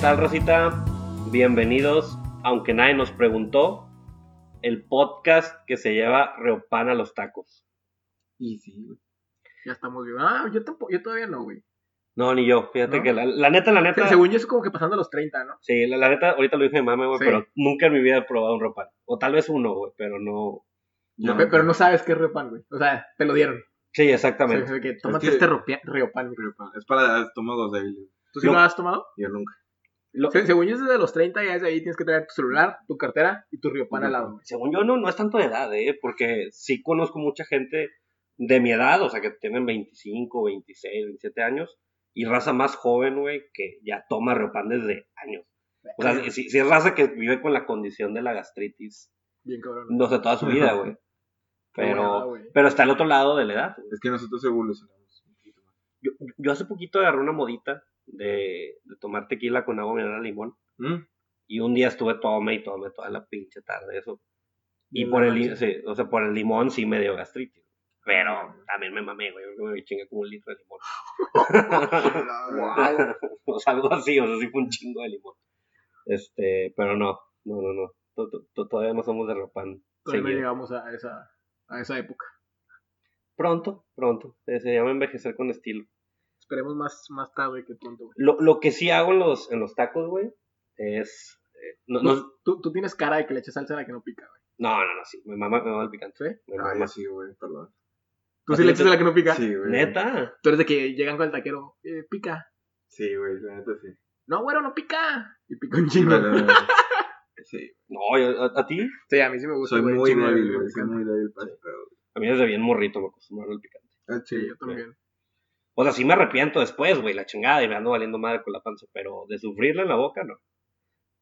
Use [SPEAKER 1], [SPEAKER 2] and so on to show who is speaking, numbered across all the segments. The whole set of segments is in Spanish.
[SPEAKER 1] tal, Rosita? Bienvenidos, aunque nadie nos preguntó, el podcast que se lleva Reopan a los tacos.
[SPEAKER 2] Y sí, güey. Ya estamos bien. Ah, yo, tampoco, yo todavía no, güey.
[SPEAKER 1] No, ni yo, fíjate
[SPEAKER 2] ¿No?
[SPEAKER 1] que la, la neta, la neta.
[SPEAKER 2] Se- Según yo, es como que pasando los 30, ¿no?
[SPEAKER 1] Sí, la, la neta, ahorita lo dije de mame, güey,
[SPEAKER 2] Sí.
[SPEAKER 1] pero nunca en mi vida he probado un Reopan. O tal vez uno, güey, pero no.
[SPEAKER 3] No,
[SPEAKER 2] Pe- pero no sabes qué es Reopan, güey. O sea, te lo dieron.
[SPEAKER 1] Sí,
[SPEAKER 2] O sea,
[SPEAKER 1] exactamente.
[SPEAKER 2] es de que tómate
[SPEAKER 3] que-
[SPEAKER 2] este ropia- Reopan, güey.
[SPEAKER 3] Pero, pa- Es para estómagos débiles.
[SPEAKER 2] ¿Tú sí
[SPEAKER 1] Lo-
[SPEAKER 2] lo has tomado?
[SPEAKER 3] Yo nunca.
[SPEAKER 1] Lo-
[SPEAKER 2] Se- según yo, es desde los 30 ya desde ahí tienes que traer tu celular, tu cartera y tu Riopan al lado. güey.
[SPEAKER 1] Según yo, no, no es tanto de edad, ¿eh? Porque sí conozco mucha gente de mi edad, o sea, que tienen 25, 26, 27 años, y raza más joven, güey, que ya toma Reopan desde años. O sea, si, si es raza que vive con la condición de la gastritis,
[SPEAKER 2] Bien cabrón.
[SPEAKER 1] no sé, toda su vida, güey.
[SPEAKER 2] Bueno,
[SPEAKER 1] Pero,
[SPEAKER 2] güey.
[SPEAKER 1] pero está al otro lado de la edad.
[SPEAKER 3] Es que nosotros evolucionamos. un poquito más.
[SPEAKER 1] Yo, yo hace poquito agarré una modita de, de tomar tequila con agua mineral limón,
[SPEAKER 3] ¿Mm?
[SPEAKER 1] y un día estuve tome y tome toda la pinche tarde, eso. Y
[SPEAKER 2] No
[SPEAKER 1] por el, li-
[SPEAKER 2] manches.
[SPEAKER 1] sí, o sea, por el limón sí me dio gastritis. Pero también me mamé, güey. Yo creo que me chingué como un litro de limón.
[SPEAKER 2] Guau.
[SPEAKER 1] o sea, algo así, o sea, sí fue un chingo de limón. Este, pero no, no, no, no. To- to- to- Todavía no somos de ropan.
[SPEAKER 2] Todavía no llegamos a esa, a esa época.
[SPEAKER 1] Pronto, pronto. Eh, Se llama envejecer con estilo.
[SPEAKER 2] Esperemos más, más tarde que pronto, güey.
[SPEAKER 1] Lo, lo que sí hago en los, en los tacos, güey, es. eh, no, no,
[SPEAKER 2] No, tú, tú tienes cara de que le eches salsa a la que no pica, güey.
[SPEAKER 1] no, no, no, sí. Me mama, me mama el picante.
[SPEAKER 2] ¿Sí?
[SPEAKER 1] Me
[SPEAKER 3] Ay,
[SPEAKER 1] mama.
[SPEAKER 3] sí, güey, perdón.
[SPEAKER 2] Tú
[SPEAKER 1] ¿A
[SPEAKER 2] sí
[SPEAKER 1] ti no
[SPEAKER 2] le echas
[SPEAKER 1] te-
[SPEAKER 2] a la que no pica.
[SPEAKER 3] Sí, güey.
[SPEAKER 1] Neta.
[SPEAKER 2] Tú eres de que llegan con el taquero, eh, pica.
[SPEAKER 3] Sí, güey, la neta sí.
[SPEAKER 2] No, güero, no pica. Y pica un chingo.
[SPEAKER 3] Pero, sí,
[SPEAKER 1] No, yo- a- a ti.
[SPEAKER 2] Sí, a mí sí me gusta.
[SPEAKER 3] soy
[SPEAKER 2] güey,
[SPEAKER 3] muy
[SPEAKER 2] chingo de
[SPEAKER 3] débil, güey. Soy
[SPEAKER 2] picante.
[SPEAKER 3] muy débil para el pedo.
[SPEAKER 1] A mí desde bien morrito me acostumbraron al picante.
[SPEAKER 3] Ah,
[SPEAKER 2] Sí,
[SPEAKER 3] sí.
[SPEAKER 2] yo también.
[SPEAKER 1] O sea, sí me arrepiento después, güey, la chingada, y me ando valiendo madre con la panza, pero de sufrirla en la boca, no.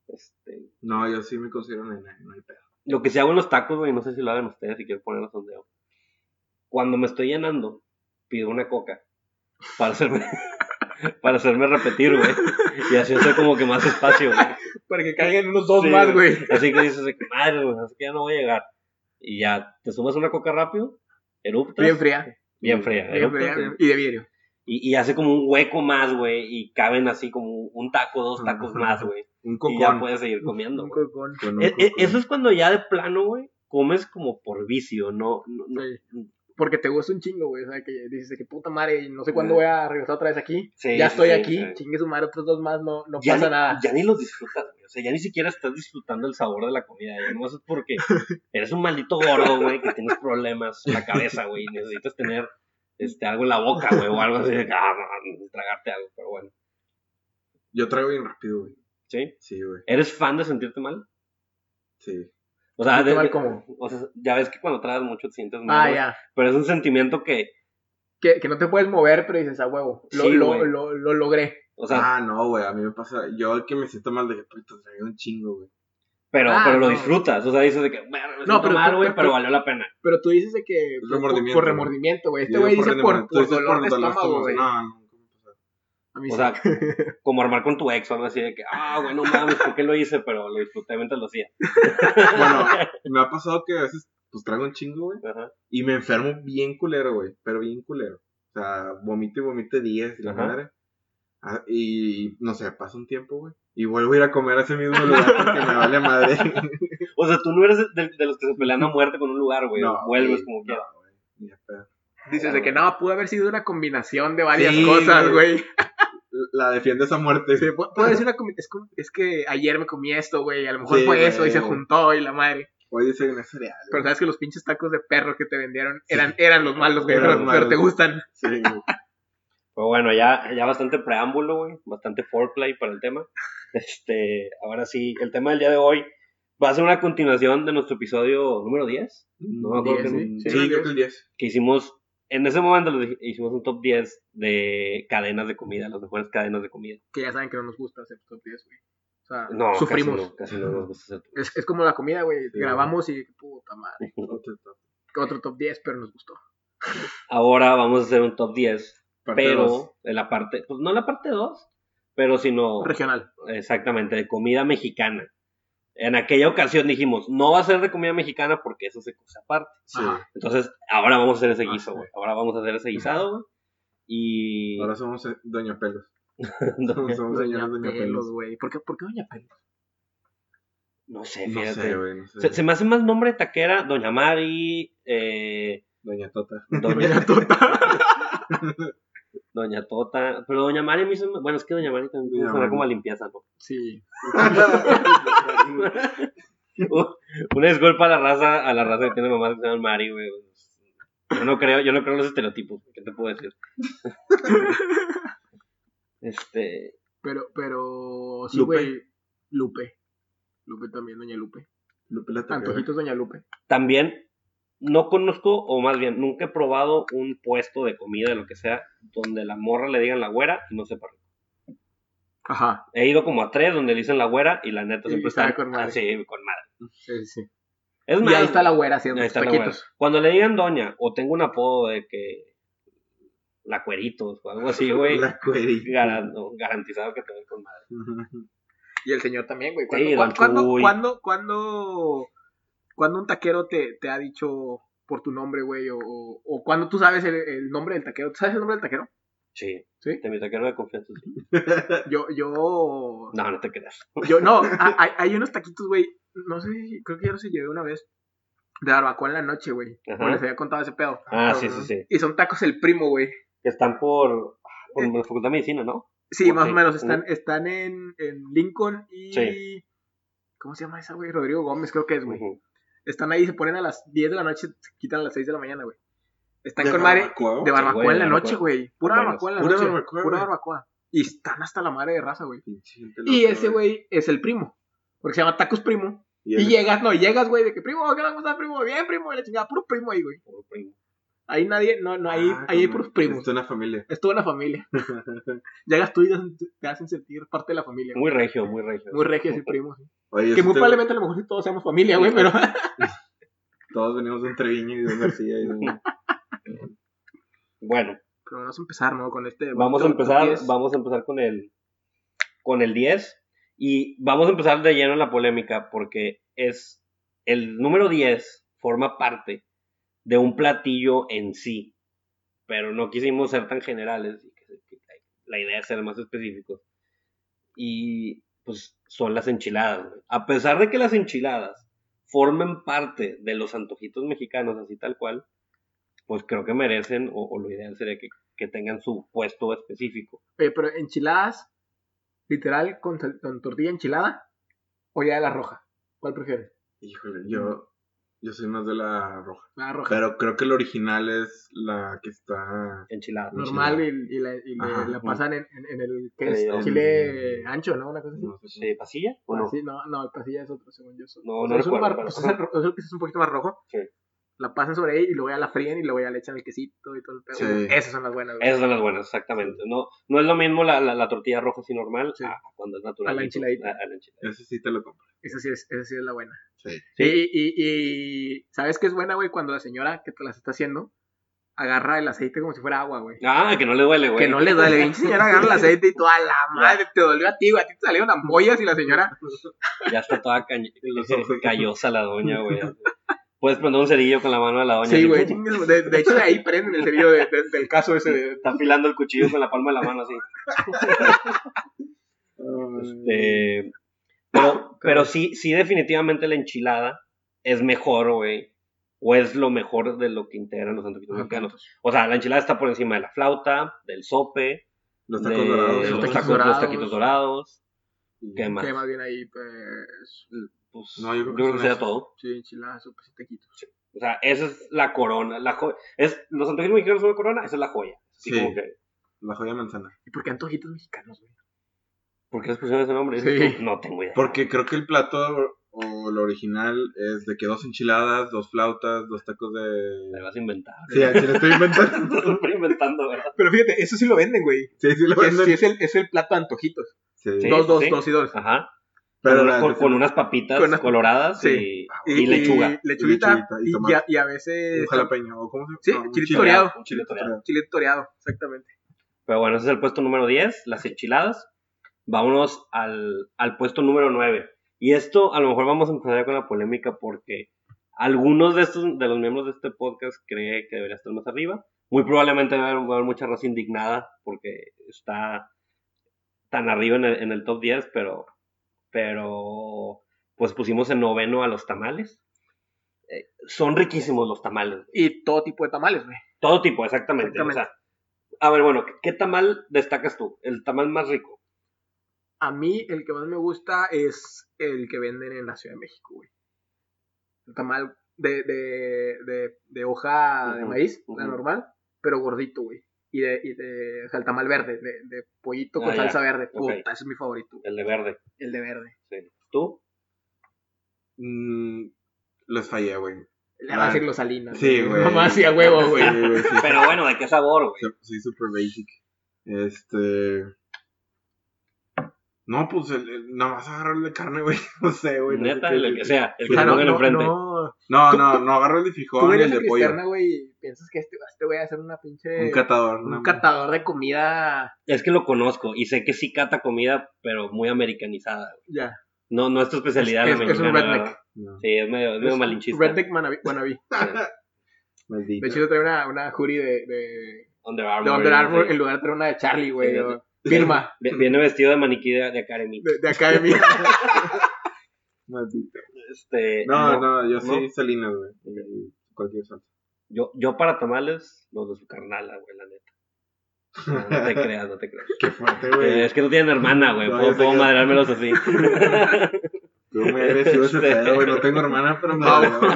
[SPEAKER 1] Este,
[SPEAKER 3] No, yo sí me considero nena, no hay pedo.
[SPEAKER 1] lo que sí hago en los tacos, güey, no sé si lo hagan ustedes, si quiero ponerlo sondeo. Cuando me estoy llenando, pido una coca para hacerme, para hacerme repetir, güey. Y así hacer como que más espacio, güey.
[SPEAKER 2] Para que caigan unos dos
[SPEAKER 1] Sí,
[SPEAKER 2] más, güey.
[SPEAKER 1] Así que dices, de que, madre, güey, así que ya no voy a llegar. Y ya, te sumas una coca rápido, eruptas.
[SPEAKER 2] Bien fría.
[SPEAKER 1] Bien fría.
[SPEAKER 2] Bien
[SPEAKER 1] eruptas,
[SPEAKER 2] fría.
[SPEAKER 1] güey.
[SPEAKER 2] bien- Y de vidrio.
[SPEAKER 1] Y, y hace como un hueco más, güey. Y caben así como un taco, dos tacos
[SPEAKER 3] Ajá.
[SPEAKER 1] más, güey.
[SPEAKER 3] Un
[SPEAKER 1] Y ya
[SPEAKER 3] cocón.
[SPEAKER 1] puedes seguir comiendo,
[SPEAKER 2] Un
[SPEAKER 1] güey.
[SPEAKER 2] cocón.
[SPEAKER 3] con un
[SPEAKER 1] Eh, eh,
[SPEAKER 3] cocón.
[SPEAKER 1] Eso es cuando ya de plano, güey, comes como por vicio, no, no, no-
[SPEAKER 2] Sí. Porque te gusta un chingo, güey. O sea, que dices de que puta madre, no sé cuándo voy a regresar otra vez aquí.
[SPEAKER 1] Sí,
[SPEAKER 2] ya
[SPEAKER 1] sí,
[SPEAKER 2] estoy
[SPEAKER 1] sí,
[SPEAKER 2] aquí,
[SPEAKER 1] sí.
[SPEAKER 2] chingue su madre, otros dos más, no, no
[SPEAKER 1] ya
[SPEAKER 2] pasa
[SPEAKER 1] ni,
[SPEAKER 2] nada.
[SPEAKER 1] Ya ni los disfrutas, güey. O sea, ya ni siquiera estás disfrutando el sabor de la comida. Ya nomás es porque eres un maldito gordo, güey, que tienes problemas en la cabeza, güey. y necesitas tener este, algo en la boca, güey, o algo así de que, ah, no, tragarte algo, pero bueno.
[SPEAKER 3] Yo traigo bien rápido, güey.
[SPEAKER 1] ¿Sí?
[SPEAKER 3] Sí, güey.
[SPEAKER 1] ¿Eres fan de sentirte mal?
[SPEAKER 3] Sí.
[SPEAKER 1] O sea,
[SPEAKER 2] ¿Sentirte
[SPEAKER 1] de-
[SPEAKER 2] mal
[SPEAKER 1] de-
[SPEAKER 2] cómo?
[SPEAKER 1] o sea, ya ves que cuando traes mucho te sientes mal.
[SPEAKER 2] Ah,
[SPEAKER 1] güey.
[SPEAKER 2] ya.
[SPEAKER 1] Pero es un sentimiento que,
[SPEAKER 2] Que, que no te puedes mover, pero dices, a huevo, lo,
[SPEAKER 1] Sí,
[SPEAKER 2] lo,
[SPEAKER 1] güey.
[SPEAKER 2] lo, lo logré.
[SPEAKER 1] o sea,
[SPEAKER 3] ah, no, güey. A mí me pasa. Yo el que me siento mal de que puto traigo un chingo, güey.
[SPEAKER 1] pero,
[SPEAKER 2] ah,
[SPEAKER 1] pero lo
[SPEAKER 2] no.
[SPEAKER 1] disfrutas. O sea, dices de que, bueno, me
[SPEAKER 2] No,
[SPEAKER 1] siento
[SPEAKER 2] pero-
[SPEAKER 1] mal, güey,
[SPEAKER 2] pero-
[SPEAKER 1] pero
[SPEAKER 2] pero-
[SPEAKER 1] valió la pena.
[SPEAKER 2] Pero tú dices de que por-
[SPEAKER 3] Remordimiento,
[SPEAKER 2] por
[SPEAKER 3] güey.
[SPEAKER 2] remordimiento, güey. Este
[SPEAKER 3] Yo
[SPEAKER 2] güey dice por,
[SPEAKER 3] remordimiento,
[SPEAKER 2] por
[SPEAKER 3] tú dices
[SPEAKER 2] dolor de estómago,
[SPEAKER 3] estómago,
[SPEAKER 2] güey.
[SPEAKER 3] No, no, nunca me pasa.
[SPEAKER 2] A mí
[SPEAKER 1] O
[SPEAKER 2] sí.
[SPEAKER 1] sea, como armar con tu ex o algo así de que, ah, güey, no mames, ¿por qué lo hice? Pero lo disfruté mientras lo hacía.
[SPEAKER 3] Bueno, me ha pasado que a veces pues traigo un chingo, güey.
[SPEAKER 1] Ajá.
[SPEAKER 3] Y me enfermo bien culero, güey. Pero bien culero. O sea, vomito y vomito 10 y la
[SPEAKER 1] Ajá.
[SPEAKER 3] madre. Ah, y no sé, pasa un tiempo, güey. Y vuelvo a ir a comer a ese mismo lugar porque me vale madre.
[SPEAKER 1] O sea, tú no eres de, de los que se pelean a muerte con un lugar, güey.
[SPEAKER 3] No,
[SPEAKER 1] Vuelves
[SPEAKER 3] güey,
[SPEAKER 1] como
[SPEAKER 3] no,
[SPEAKER 1] quieras.
[SPEAKER 3] güey, ni de pedo.
[SPEAKER 2] dices de que no, pudo haber sido una combinación de varias
[SPEAKER 3] Sí,
[SPEAKER 2] cosas,
[SPEAKER 3] güey.
[SPEAKER 2] güey.
[SPEAKER 3] La defiende esa muerte.
[SPEAKER 2] Sí, pu- puede ser una combi- es, como- es que ayer me comí esto, güey. A lo mejor
[SPEAKER 3] Sí,
[SPEAKER 2] fue eso y se
[SPEAKER 3] güey.
[SPEAKER 2] juntó y la madre.
[SPEAKER 3] Hoy dice que no es cereal.
[SPEAKER 2] Pero
[SPEAKER 3] güey.
[SPEAKER 2] sabes que los pinches tacos de perro que te vendieron eran, eran los malos, güey.
[SPEAKER 3] Eran
[SPEAKER 2] Pero,
[SPEAKER 3] los
[SPEAKER 2] pero te
[SPEAKER 3] malos.
[SPEAKER 2] gustan.
[SPEAKER 3] Sí, güey.
[SPEAKER 1] Pero bueno, ya, ya bastante preámbulo, güey. Bastante foreplay para el tema. Este, ahora sí, el tema del día de hoy va a ser una continuación de nuestro episodio número 10. No me acuerdo
[SPEAKER 2] Diez,
[SPEAKER 1] que-
[SPEAKER 2] sí.
[SPEAKER 3] sí,
[SPEAKER 2] Sí,
[SPEAKER 3] yo creo
[SPEAKER 2] diez.
[SPEAKER 3] que el 10.
[SPEAKER 1] que hicimos, en ese momento les dije- hicimos un top 10 de cadenas de comida, las mejores cadenas de comida.
[SPEAKER 2] que ya saben que no nos gusta hacer top 10, güey. O sea,
[SPEAKER 1] No,
[SPEAKER 2] sufrimos.
[SPEAKER 1] Casi no, casi no nos gusta hacer top
[SPEAKER 2] Es, es como la comida, güey.
[SPEAKER 3] Sí.
[SPEAKER 2] Grabamos y puta madre.
[SPEAKER 1] 10.
[SPEAKER 2] Otro top 10, pero nos gustó.
[SPEAKER 1] Ahora vamos a hacer un top 10,
[SPEAKER 3] Parte
[SPEAKER 1] pero
[SPEAKER 3] dos.
[SPEAKER 1] en la parte, pues no en la parte 2, pero sino
[SPEAKER 2] Regional.
[SPEAKER 1] exactamente de comida mexicana. En aquella ocasión dijimos, no va a ser de comida mexicana porque eso se cosa aparte.
[SPEAKER 3] Sí.
[SPEAKER 2] Ajá.
[SPEAKER 1] Entonces, ahora vamos a hacer ese
[SPEAKER 3] Ah,
[SPEAKER 1] guiso,
[SPEAKER 3] sí.
[SPEAKER 1] güey. Ahora vamos a hacer ese guisado, güey. Y
[SPEAKER 3] Ahora somos eh, Doña Pelos. Somos, somos
[SPEAKER 2] Doña
[SPEAKER 3] señores Doña
[SPEAKER 2] Pelos,
[SPEAKER 3] Pelos.
[SPEAKER 2] güey. ¿Por qué, ¿Por qué Doña Pelos?
[SPEAKER 1] No sé,
[SPEAKER 3] No
[SPEAKER 1] fíjate.
[SPEAKER 3] sé, güey, no sé.
[SPEAKER 1] se, se me hace más nombre de taquera, Doña Mari, eh,
[SPEAKER 3] Doña Tota.
[SPEAKER 1] Doña,
[SPEAKER 2] Doña Tota.
[SPEAKER 1] Doña Tota. Pero Doña Mari a mí se me- Bueno, es que Doña Mari también
[SPEAKER 3] Doña
[SPEAKER 1] suena
[SPEAKER 3] Mari.
[SPEAKER 1] como a limpieza, ¿no?
[SPEAKER 2] Sí.
[SPEAKER 1] Una disculpa a la raza, a la raza que tiene mamás que se llaman Mari, güey. Yo no creo, yo no creo en los estereotipos, ¿qué te puedo decir? Este,
[SPEAKER 2] Pero, pero. Sí,
[SPEAKER 3] Lupe.
[SPEAKER 2] güey. Lupe. Lupe también, Doña Lupe.
[SPEAKER 3] Lupe la Taquera.
[SPEAKER 2] Antojitos, Doña Lupe.
[SPEAKER 1] también no conozco, o más bien, nunca he probado un puesto de comida, de lo que sea, donde la morra le digan la güera y no sepa.
[SPEAKER 2] Ajá.
[SPEAKER 1] He ido como a tres donde le dicen la güera y la neta
[SPEAKER 2] Y
[SPEAKER 1] siempre
[SPEAKER 2] sabe
[SPEAKER 1] está
[SPEAKER 2] con madre.
[SPEAKER 1] así, con madre.
[SPEAKER 2] Sí, sí. sí.
[SPEAKER 1] Es
[SPEAKER 2] Y
[SPEAKER 1] más,
[SPEAKER 2] ahí está la güera haciendo
[SPEAKER 1] ahí
[SPEAKER 2] sus
[SPEAKER 1] está la güera.
[SPEAKER 2] taquitos.
[SPEAKER 1] Cuando le digan doña, o tengo un apodo de que la cueritos o algo así, güey.
[SPEAKER 3] La Cueri.
[SPEAKER 1] garan- no, garantizado que te ven con madre.
[SPEAKER 2] Y el señor también, güey.
[SPEAKER 1] Sí,
[SPEAKER 2] ¿Cuándo,
[SPEAKER 1] don
[SPEAKER 2] cuándo,
[SPEAKER 1] Chuy.
[SPEAKER 2] cuándo, cuándo- cuándo un taquero te, te ha dicho por tu nombre, güey? O, o, o cuándo tú sabes el, el nombre del taquero. ¿Tú sabes el nombre del taquero?
[SPEAKER 1] Sí.
[SPEAKER 2] ¿Sí?
[SPEAKER 1] Te mi taquero de confianza. sí.
[SPEAKER 2] Yo, yo.
[SPEAKER 1] No, no te creas.
[SPEAKER 2] Yo, no, ha- hay, hay unos taquitos, güey. No sé, si- creo que ya los llevé una vez. De barbacoa en la noche, güey.
[SPEAKER 1] Ajá.
[SPEAKER 2] Como les había contado ese pedo.
[SPEAKER 1] Ah,
[SPEAKER 3] Ah,
[SPEAKER 1] sí, sí,
[SPEAKER 3] cabrón.
[SPEAKER 1] sí.
[SPEAKER 2] Y son tacos el primo, güey.
[SPEAKER 1] Que están por, por
[SPEAKER 2] Eh.
[SPEAKER 1] la Facultad de Medicina, ¿no?
[SPEAKER 2] Sí,
[SPEAKER 1] Ok.
[SPEAKER 2] más o menos. Están, están en, en Lincoln y.
[SPEAKER 1] Sí.
[SPEAKER 2] ¿Cómo se llama esa, güey? Rodrigo Gómez, creo que es, güey.
[SPEAKER 1] Ujú.
[SPEAKER 2] Están ahí, se ponen a las 10 de la noche, se quitan a las 6 de la mañana, güey. Están
[SPEAKER 3] Ah, ¿De
[SPEAKER 2] con madre
[SPEAKER 3] barbacoa?
[SPEAKER 2] de barbacoa
[SPEAKER 1] güey,
[SPEAKER 2] en la
[SPEAKER 1] de
[SPEAKER 2] noche,
[SPEAKER 1] barbacoa.
[SPEAKER 2] güey. Pura
[SPEAKER 1] Buenas.
[SPEAKER 2] barbacoa en la
[SPEAKER 3] Pura
[SPEAKER 2] noche.
[SPEAKER 3] barbacoa,
[SPEAKER 2] pura
[SPEAKER 3] güey.
[SPEAKER 2] barbacoa. Y están hasta la madre de raza, güey.
[SPEAKER 3] Pinche gente
[SPEAKER 2] Y
[SPEAKER 3] loca,
[SPEAKER 2] ese güey es el primo. Porque se llama Tacos Primo.
[SPEAKER 3] Y
[SPEAKER 2] Y
[SPEAKER 3] el-
[SPEAKER 2] llegas, no, llegas, güey, de que primo, ¿qué le gusta, primo? Bien, primo, y la chingada, puro primo ahí, güey.
[SPEAKER 1] Por primo.
[SPEAKER 2] Ahí nadie, no, no, ahí,
[SPEAKER 3] Ah,
[SPEAKER 2] ahí hay
[SPEAKER 3] cabrón.
[SPEAKER 2] puros primos.
[SPEAKER 3] Es una familia.
[SPEAKER 2] Es toda una familia. llegas tú y te hacen- te hacen sentir parte de la familia. güey.
[SPEAKER 1] Muy regio, muy regio.
[SPEAKER 2] Muy regio ese primo. sí.
[SPEAKER 3] Oye,
[SPEAKER 2] Que
[SPEAKER 3] eso
[SPEAKER 1] Este,
[SPEAKER 2] muy
[SPEAKER 3] te-
[SPEAKER 2] probablemente a lo mejor sí todos seamos familia, güey, pero.
[SPEAKER 3] Todos venimos de un Treviño y de un García y de un...
[SPEAKER 1] Bueno,
[SPEAKER 2] Pero vamos a empezar, ¿no? Con este.
[SPEAKER 1] vamos a
[SPEAKER 2] con- con
[SPEAKER 1] empezar,
[SPEAKER 2] 10.
[SPEAKER 1] vamos a empezar con el con el 10 y vamos a empezar de lleno en la polémica porque es el número 10 forma parte de un platillo en sí, pero no quisimos ser tan generales, y que- que la idea es ser más específicos. Y pues son las enchiladas, güey. A pesar de que las enchiladas formen parte de los antojitos mexicanos así tal cual, pues creo que merecen o, o lo ideal sería que que tengan su puesto específico.
[SPEAKER 2] Oye, pero enchiladas, literal, con, sal- con tortilla enchilada o ya de la roja. ¿Cuál prefieres?
[SPEAKER 3] Híjole, yo, yo soy más de la roja.
[SPEAKER 2] La roja.
[SPEAKER 3] Pero creo que el original es la que está...
[SPEAKER 1] Enchilada.
[SPEAKER 3] No,
[SPEAKER 2] normal y, y la, y le-
[SPEAKER 3] Ajá,
[SPEAKER 2] la
[SPEAKER 3] ujú.
[SPEAKER 2] pasan en, en- en el ¿qué es?
[SPEAKER 1] Eh,
[SPEAKER 2] chile ancho, ¿no? Una cosa así.
[SPEAKER 3] no sé si-
[SPEAKER 1] ¿Se eh, pasilla? ¿O no?
[SPEAKER 2] Sí, no, no, el pasilla es otro, según yo. es otro.
[SPEAKER 1] No,
[SPEAKER 2] O
[SPEAKER 1] no
[SPEAKER 2] sea, es uno
[SPEAKER 1] recuerdo, pero-
[SPEAKER 2] más- pues, es el ro- es el que es un poquito más rojo.
[SPEAKER 1] Sí.
[SPEAKER 2] La pasan sobre ahí y luego ya la fríen y luego ya le echan el quesito y todo el pedo.
[SPEAKER 3] Sí.
[SPEAKER 2] Esas son las buenas. güey.
[SPEAKER 1] Esas son las buenas, exactamente. No, no es lo mismo la, la, la tortilla roja así normal
[SPEAKER 2] Sí.
[SPEAKER 1] a a cuando es natural.
[SPEAKER 2] A la enchiladita.
[SPEAKER 1] A, a la enchilada.
[SPEAKER 3] Ese sí te lo compro.
[SPEAKER 2] Esa sí es, esa sí es la buena.
[SPEAKER 3] Sí.
[SPEAKER 1] Sí.
[SPEAKER 2] Y, y- y- ¿sabes qué es buena, güey? Cuando la señora que te las está haciendo agarra el aceite como si fuera agua, güey.
[SPEAKER 1] Ah, que no le duele, güey.
[SPEAKER 2] Que no le duele, pinche señora agarra el aceite y tú, a la madre, te dolió a ti, güey. A ti te salieron las mollas y la señora.
[SPEAKER 1] Ya está toda cañ-
[SPEAKER 3] los ojos.
[SPEAKER 1] callosa la doña, güey. Puedes prender un cerillo con la mano de la doña.
[SPEAKER 2] Sí,
[SPEAKER 1] así,
[SPEAKER 2] güey.
[SPEAKER 1] ¡pum!
[SPEAKER 2] chingue su- De, de hecho, de ahí prenden el cerillo de- de- del caso ese de.
[SPEAKER 1] Está afilando el cuchillo con la palma de la mano así.
[SPEAKER 3] Mm.
[SPEAKER 1] Este,
[SPEAKER 3] Ah,
[SPEAKER 1] pero, pero sí, sí, definitivamente la enchilada es mejor, güey. O es lo mejor de lo que integran los antojitos mexicanos. O sea, la enchilada está por encima de la flauta, del sope,
[SPEAKER 3] Los
[SPEAKER 1] de
[SPEAKER 3] tacos dorados.
[SPEAKER 1] los
[SPEAKER 2] Los
[SPEAKER 1] tacos,
[SPEAKER 2] tacos
[SPEAKER 1] los
[SPEAKER 2] dorados.
[SPEAKER 1] taquitos dorados.
[SPEAKER 3] Y-
[SPEAKER 1] ¿Qué más?
[SPEAKER 2] Que más bien ahí, pues.
[SPEAKER 1] Pues,
[SPEAKER 3] No, yo creo que son
[SPEAKER 1] sería
[SPEAKER 3] esos.
[SPEAKER 1] todo.
[SPEAKER 2] Sí, enchiladas, sopas y taquitos.
[SPEAKER 1] O sea, esa es la corona. La jo- es, los antojitos mexicanos son la corona, esa es la joya. Así
[SPEAKER 3] Sí.
[SPEAKER 1] como que,
[SPEAKER 3] La joya manzana.
[SPEAKER 2] ¿Y por qué antojitos mexicanos, güey?
[SPEAKER 1] ¿Por qué les pusieron ese nombre?
[SPEAKER 2] Sí.
[SPEAKER 1] No, no tengo idea.
[SPEAKER 3] Porque creo que el plato o lo original es de que dos enchiladas, dos flautas, dos tacos
[SPEAKER 1] Me
[SPEAKER 3] de...
[SPEAKER 1] vas a inventar.
[SPEAKER 3] Sí, aquí lo estoy inventando.
[SPEAKER 1] Estoy inventando, ¿verdad?
[SPEAKER 2] Pero fíjate, eso sí lo venden, güey.
[SPEAKER 3] Sí, sí lo
[SPEAKER 2] Es,
[SPEAKER 3] venden.
[SPEAKER 2] sí, es el, es el plato de antojitos.
[SPEAKER 3] Sí.
[SPEAKER 1] Sí,
[SPEAKER 2] dos, dos,
[SPEAKER 1] sí.
[SPEAKER 2] dos y dos.
[SPEAKER 1] Ajá.
[SPEAKER 3] Pero
[SPEAKER 1] con,
[SPEAKER 3] la-
[SPEAKER 1] con- con unas papitas
[SPEAKER 2] Con unas-
[SPEAKER 1] coloradas
[SPEAKER 2] Sí.
[SPEAKER 1] y, y lechuga.
[SPEAKER 2] lechuguita.
[SPEAKER 3] Y
[SPEAKER 2] Y,
[SPEAKER 3] lechuguita, y tomate.
[SPEAKER 2] y a, y a
[SPEAKER 3] un
[SPEAKER 2] veces.
[SPEAKER 3] jalapeño. ¿o ¿Cómo se llama?
[SPEAKER 2] Sí,
[SPEAKER 3] No, un
[SPEAKER 2] chile
[SPEAKER 3] chile.
[SPEAKER 2] toreado.
[SPEAKER 1] Un chile toreado.
[SPEAKER 2] Chile toreado, exactamente.
[SPEAKER 1] Pero bueno, ese es el puesto número 10, las enchiladas. Vámonos al, al puesto número 9. Y esto a lo mejor vamos a empezar con la polémica porque algunos de estos de los miembros de este podcast cree que debería estar más arriba. Muy probablemente va a haber, va a haber mucha raza indignada porque está tan arriba en el, en el top 10, pero, pero pues pusimos en noveno a los tamales. Eh, son riquísimos los tamales.
[SPEAKER 2] Y todo tipo de tamales, güey.
[SPEAKER 1] Todo tipo, exactamente.
[SPEAKER 2] Exactamente.
[SPEAKER 1] O sea, a ver, bueno, ¿qué- ¿qué tamal destacas tú? El tamal más rico.
[SPEAKER 2] A mí el que más me gusta es el que venden en la Ciudad de México, güey. El tamal de, de, de, de hoja de
[SPEAKER 1] Ujú,
[SPEAKER 2] maíz, la
[SPEAKER 1] ujú.
[SPEAKER 2] normal, pero gordito, güey. Y de, y de, o sea, el tamal verde, de, de pollito con
[SPEAKER 1] Ah, ya.
[SPEAKER 2] salsa verde.
[SPEAKER 1] Ok.
[SPEAKER 2] Puta, ese es mi favorito, güey.
[SPEAKER 1] El de verde.
[SPEAKER 2] el de verde.
[SPEAKER 1] sí. ¿Tú?
[SPEAKER 3] Mm, les fallé, güey.
[SPEAKER 2] Le va a
[SPEAKER 3] Ah.
[SPEAKER 2] decir los salinas.
[SPEAKER 3] Sí, güey.
[SPEAKER 2] Nomás y a huevo, güey.
[SPEAKER 3] Sí, güey, sí.
[SPEAKER 1] Pero bueno, ¿de qué sabor, güey?
[SPEAKER 3] Soy- Soy super basic. Este. No, pues el, el- nada más agarro el de carne, güey. No sé, güey. no sé
[SPEAKER 1] Neta,
[SPEAKER 3] qué
[SPEAKER 1] el que
[SPEAKER 3] decir.
[SPEAKER 1] sea, el que
[SPEAKER 3] Claro,
[SPEAKER 1] te pongan
[SPEAKER 2] Ah, no,
[SPEAKER 1] enfrente.
[SPEAKER 2] no.
[SPEAKER 3] No, no, no agarro el de
[SPEAKER 2] Tú
[SPEAKER 3] fijón y el
[SPEAKER 2] eres
[SPEAKER 3] de pollo.
[SPEAKER 2] cristiana, güey, y piensas que este, este voy a hacer una pinche...
[SPEAKER 3] Un catador.
[SPEAKER 2] un
[SPEAKER 3] nada más.
[SPEAKER 2] catador de comida...
[SPEAKER 1] Es que lo conozco y sé que sí cata comida, pero muy americanizada.
[SPEAKER 2] Ya.
[SPEAKER 1] No, no es tu especialidad.
[SPEAKER 2] Es-
[SPEAKER 1] la
[SPEAKER 2] es un
[SPEAKER 1] mexicana,
[SPEAKER 2] redneck.
[SPEAKER 1] ¿verdad?
[SPEAKER 3] No.
[SPEAKER 1] Sí, es medio, es medio malinchista.
[SPEAKER 2] Redneck wannabe- wannabe.
[SPEAKER 3] Maldito.
[SPEAKER 2] De hecho, yo traía una, una hoodie de, de,
[SPEAKER 1] Under
[SPEAKER 2] de
[SPEAKER 1] Armour.
[SPEAKER 2] Under
[SPEAKER 1] ¿no?
[SPEAKER 2] Armour
[SPEAKER 1] Sí.
[SPEAKER 2] en lugar de traer una de Charlie, güey.
[SPEAKER 1] Sí,
[SPEAKER 2] o- Firma,
[SPEAKER 1] Vi- Viene vestido de maniquí de, de Academy.
[SPEAKER 2] de, de acá de mí.
[SPEAKER 3] Maldito.
[SPEAKER 2] Eh,
[SPEAKER 1] Este,
[SPEAKER 3] No, no, yo
[SPEAKER 1] ¿no?
[SPEAKER 3] soy Salinas, güey. Y Cualquier salsa.
[SPEAKER 1] Yo, yo para tamales, los de su carnala, güey, la neta. No, no te creas, no te creas.
[SPEAKER 3] Qué fuerte,
[SPEAKER 1] Eh,
[SPEAKER 3] güey.
[SPEAKER 1] Es que no tienen hermana, güey.
[SPEAKER 3] No,
[SPEAKER 1] puedo
[SPEAKER 3] yo sé
[SPEAKER 1] puedo
[SPEAKER 3] que-
[SPEAKER 1] madreármelos así.
[SPEAKER 3] Tú me agresivo ese
[SPEAKER 1] Este-
[SPEAKER 3] pedo, güey. No tengo hermana, pero me
[SPEAKER 2] No.
[SPEAKER 3] valió, güey.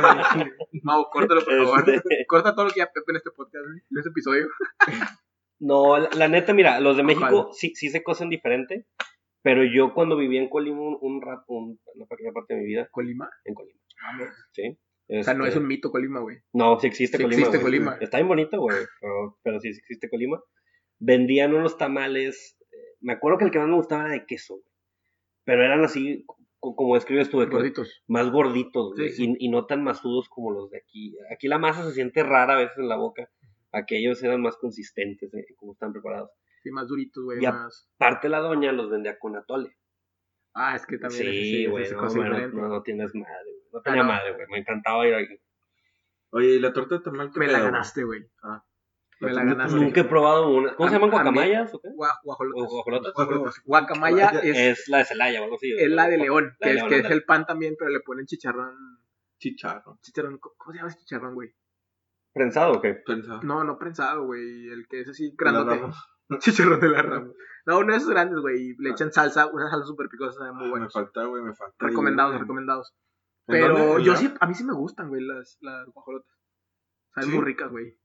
[SPEAKER 2] Mau, córtalo, por favor.
[SPEAKER 1] Este,
[SPEAKER 2] Corta todo lo que ya Pepe en este podcast, güey, en este episodio.
[SPEAKER 1] no, la, la neta, mira, los de México
[SPEAKER 2] Ojalá.
[SPEAKER 1] sí, sí se cocen diferente. Pero yo cuando vivía en Colima un, un rato, un- una pequeña parte de mi vida,
[SPEAKER 2] Colima.
[SPEAKER 1] en Colima.
[SPEAKER 2] Mames.
[SPEAKER 1] Sí.
[SPEAKER 2] O sea, no es
[SPEAKER 1] Este,
[SPEAKER 2] un mito Colima, güey.
[SPEAKER 1] No, sí existe
[SPEAKER 2] Sí
[SPEAKER 1] Colima.
[SPEAKER 2] existe
[SPEAKER 1] güey.
[SPEAKER 2] Colima.
[SPEAKER 1] Está bien bonito, güey. Pero, pero sí, sí existe Colima. Vendían unos tamales. eh, Me acuerdo que el que más me gustaba era de queso, güey. Pero eran así, co- como describes tú, de que
[SPEAKER 2] Gorditos.
[SPEAKER 1] más gorditos, güey.
[SPEAKER 2] Sí, sí.
[SPEAKER 1] Y, y no tan masudos como los de aquí. Aquí la masa se siente rara a veces en la boca. Aquellos eran más consistentes, eh, como están preparados.
[SPEAKER 2] Sí, más duritos, güey.
[SPEAKER 1] Ya.
[SPEAKER 2] Más...
[SPEAKER 1] Parte la doña los vendía con atole.
[SPEAKER 2] Ah, es que también. ese
[SPEAKER 1] sí, güey.
[SPEAKER 2] ese se
[SPEAKER 1] no,
[SPEAKER 2] cose
[SPEAKER 1] bueno,
[SPEAKER 2] diferente.
[SPEAKER 1] no, no tienes madre, güey. No tenía
[SPEAKER 2] Ah, no.
[SPEAKER 1] madre, güey. Me encantaba ir ahí.
[SPEAKER 3] Oye, ¿y la torta de tamal? qué
[SPEAKER 2] Me la
[SPEAKER 3] pedo, güey?
[SPEAKER 2] ganaste, güey.
[SPEAKER 3] Ah.
[SPEAKER 2] Me la
[SPEAKER 3] Nunca-
[SPEAKER 2] ganaste.
[SPEAKER 1] Pues, Nunca he probado una. ¿Cómo
[SPEAKER 2] A-
[SPEAKER 1] se llaman?
[SPEAKER 2] a mí-
[SPEAKER 1] ¿Guacamayas? o qué?
[SPEAKER 2] Gua- guajolotas.
[SPEAKER 1] O- guajolotas.
[SPEAKER 2] Guajolotas. Guacamaya es, es,
[SPEAKER 1] Es la de Celaya o algo así.
[SPEAKER 2] la de León,
[SPEAKER 1] La
[SPEAKER 2] que,
[SPEAKER 1] de
[SPEAKER 2] es,
[SPEAKER 1] León,
[SPEAKER 2] que es
[SPEAKER 1] ándale.
[SPEAKER 2] el pan también, pero le ponen chicharrón.
[SPEAKER 3] Chicharro.
[SPEAKER 2] Chicharrón, ¿cómo se llama ese chicharrón, güey?
[SPEAKER 1] ¿Prensado o qué?
[SPEAKER 3] Pensaba.
[SPEAKER 2] No, no prensado, güey. El que es así
[SPEAKER 3] Me la
[SPEAKER 2] grandote.
[SPEAKER 3] ramo.
[SPEAKER 2] Chicharrón de la rama. No, uno de esos grandes, güey. Le echan salsa, una salsa súper picosa, sabe muy
[SPEAKER 3] Ah. Me
[SPEAKER 2] buenos.
[SPEAKER 3] falta, güey, me falta.
[SPEAKER 2] Recomendados,
[SPEAKER 3] ¿En
[SPEAKER 2] recomendados.
[SPEAKER 3] dónde?
[SPEAKER 2] Pero
[SPEAKER 3] ¿En
[SPEAKER 2] yo
[SPEAKER 3] la-
[SPEAKER 2] sí, a mí sí me gustan, güey, las, las guajolotas. Saben
[SPEAKER 3] ¿Sí?
[SPEAKER 2] muy ricas, güey.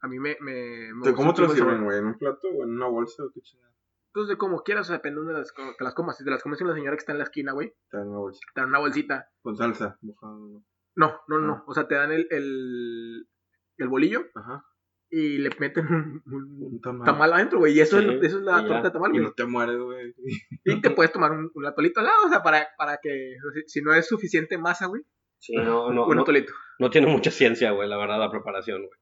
[SPEAKER 2] A mí me. me, me
[SPEAKER 3] ¿Te- ¿Cómo
[SPEAKER 2] gusta
[SPEAKER 3] te lo
[SPEAKER 2] mucho el
[SPEAKER 3] sirven,
[SPEAKER 2] sabor.
[SPEAKER 3] güey? ¿En un plato o en una bolsa? o ¿Qué chingada?
[SPEAKER 2] Entonces, de como quieras, o sea, depende de las, co- que las comas. Si te las comes con la señora que está en la esquina, güey,
[SPEAKER 3] Está en una bolsa.
[SPEAKER 2] te dan una bolsita.
[SPEAKER 3] Con salsa. mojada, ¿no?
[SPEAKER 2] No, no, no.
[SPEAKER 3] Ah.
[SPEAKER 2] no. O sea, te dan el, el, el bolillo
[SPEAKER 3] Ajá.
[SPEAKER 2] y le meten un, un-
[SPEAKER 3] Un tamal.
[SPEAKER 2] tamal adentro, güey. Y eso,
[SPEAKER 1] Sí,
[SPEAKER 2] es, eso es la
[SPEAKER 1] y ya.
[SPEAKER 2] torta de tamal,
[SPEAKER 3] Ah. Y
[SPEAKER 2] güey.
[SPEAKER 3] no te mueres, güey.
[SPEAKER 2] Y te puedes tomar un, un atolito al lado, o sea, para, para que, si, si no es suficiente masa, güey,
[SPEAKER 1] Sí, no, no,
[SPEAKER 2] un
[SPEAKER 1] no,
[SPEAKER 2] atolito.
[SPEAKER 1] no tiene mucha ciencia, güey, la verdad, la preparación, güey.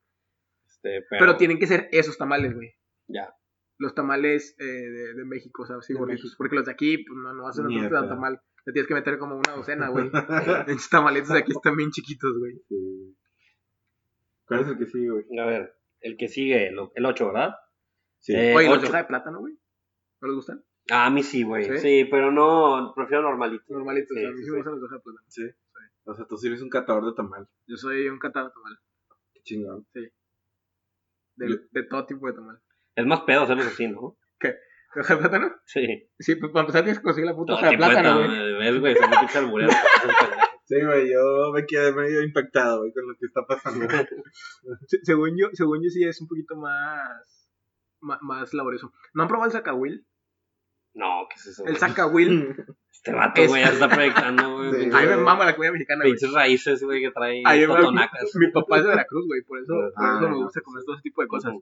[SPEAKER 1] Este, pero,
[SPEAKER 2] Pero tienen que ser esos tamales, güey.
[SPEAKER 1] Ya.
[SPEAKER 2] Los tamales eh, de, de México, o sea, sí,
[SPEAKER 3] De
[SPEAKER 2] gorditos.
[SPEAKER 3] México.
[SPEAKER 2] Porque los de aquí, pues, no, no vas a
[SPEAKER 3] Ni de
[SPEAKER 2] hacer un
[SPEAKER 3] pedo.
[SPEAKER 2] tamal. Te tienes que meter como una docena, güey. Los tamalitos de aquí están bien chiquitos, güey.
[SPEAKER 3] Sí. ¿Cuál es el que sigue, güey?
[SPEAKER 1] A ver, el que sigue, el, 8, ¿verdad?
[SPEAKER 3] Sí.
[SPEAKER 1] Eh,
[SPEAKER 2] Oye, los de
[SPEAKER 1] ocho.
[SPEAKER 2] hoja de plátano, güey. ¿No les gustan?
[SPEAKER 1] Ah, a mí sí, güey. ¿Sí?
[SPEAKER 2] ¿Sí?
[SPEAKER 1] pero no, prefiero normalito.
[SPEAKER 2] Normalitos,
[SPEAKER 1] Sí,
[SPEAKER 2] a mí
[SPEAKER 1] sí,
[SPEAKER 2] sí
[SPEAKER 1] sí.
[SPEAKER 2] me gustan los de hoja de plátano.
[SPEAKER 3] Sí. O sea, tú sí eres un catador de tamal.
[SPEAKER 2] Yo soy un catador de tamal.
[SPEAKER 3] Qué chingón.
[SPEAKER 2] De,
[SPEAKER 3] Yo-
[SPEAKER 2] de todo tipo de tamal.
[SPEAKER 1] Es más pedo hacerlos así, ¿no?
[SPEAKER 2] ¿De hoja de plátano?
[SPEAKER 1] Sí.
[SPEAKER 2] Sí, pues para empezar tienes que conseguir la puta
[SPEAKER 1] Todo
[SPEAKER 2] hoja de
[SPEAKER 1] tipo de
[SPEAKER 2] plátano, güey.
[SPEAKER 1] tam- ¿Ves, güey? Son pinches albureros.
[SPEAKER 3] Sí, güey, yo me quedé medio impactado, güey, con lo que está pasando.
[SPEAKER 2] Se- según yo, según yo sí es un poquito más ma- más laborioso. ¿No han probado el sacahuil?
[SPEAKER 1] No, ¿qué es eso?
[SPEAKER 2] El
[SPEAKER 1] güey?
[SPEAKER 2] sacahuil.
[SPEAKER 1] Este vato,
[SPEAKER 2] es-
[SPEAKER 1] güey, ya está proyectando,
[SPEAKER 3] Sí,
[SPEAKER 1] güey.
[SPEAKER 2] A mí me
[SPEAKER 3] güey.
[SPEAKER 2] mama la comida mexicana, güey.
[SPEAKER 1] Pinches raíces, güey, que trae
[SPEAKER 2] Ay, yo-
[SPEAKER 1] totonacas.
[SPEAKER 2] Mi papá es de Veracruz, güey, por eso, por
[SPEAKER 3] Ah,
[SPEAKER 2] eso me
[SPEAKER 3] no.
[SPEAKER 2] gusta comer todo ese tipo de cosas.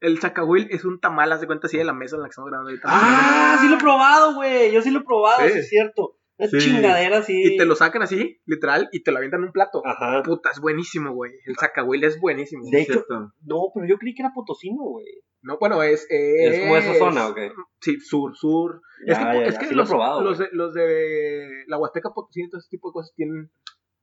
[SPEAKER 2] El sacahuil es un tamal, haz de cuenta así de la mesa en la que estamos grabando ahorita.
[SPEAKER 1] Ah, sí lo he probado, güey. Yo sí lo he probado, sí,
[SPEAKER 2] Sí.
[SPEAKER 1] es cierto. Una
[SPEAKER 3] Sí.
[SPEAKER 1] chingadera, sí.
[SPEAKER 2] Y te lo sacan así, literal, y te lo avientan en un plato.
[SPEAKER 1] Ajá.
[SPEAKER 2] Puta, es buenísimo, güey. El sacahuil es buenísimo.
[SPEAKER 1] De hecho-
[SPEAKER 3] Cierto.
[SPEAKER 1] No, pero yo creí que era potosino, güey.
[SPEAKER 2] No, bueno, es...
[SPEAKER 1] Es como esa zona, ¿o qué?
[SPEAKER 2] Sí, sur, sur.
[SPEAKER 1] Ya,
[SPEAKER 2] es que,
[SPEAKER 1] ya,
[SPEAKER 2] es
[SPEAKER 1] ya,
[SPEAKER 2] que
[SPEAKER 1] sí lo he
[SPEAKER 2] los,
[SPEAKER 1] probado.
[SPEAKER 2] los,
[SPEAKER 1] güey.
[SPEAKER 2] de, los de la Huasteca Potosí, todo ese tipo de cosas tienen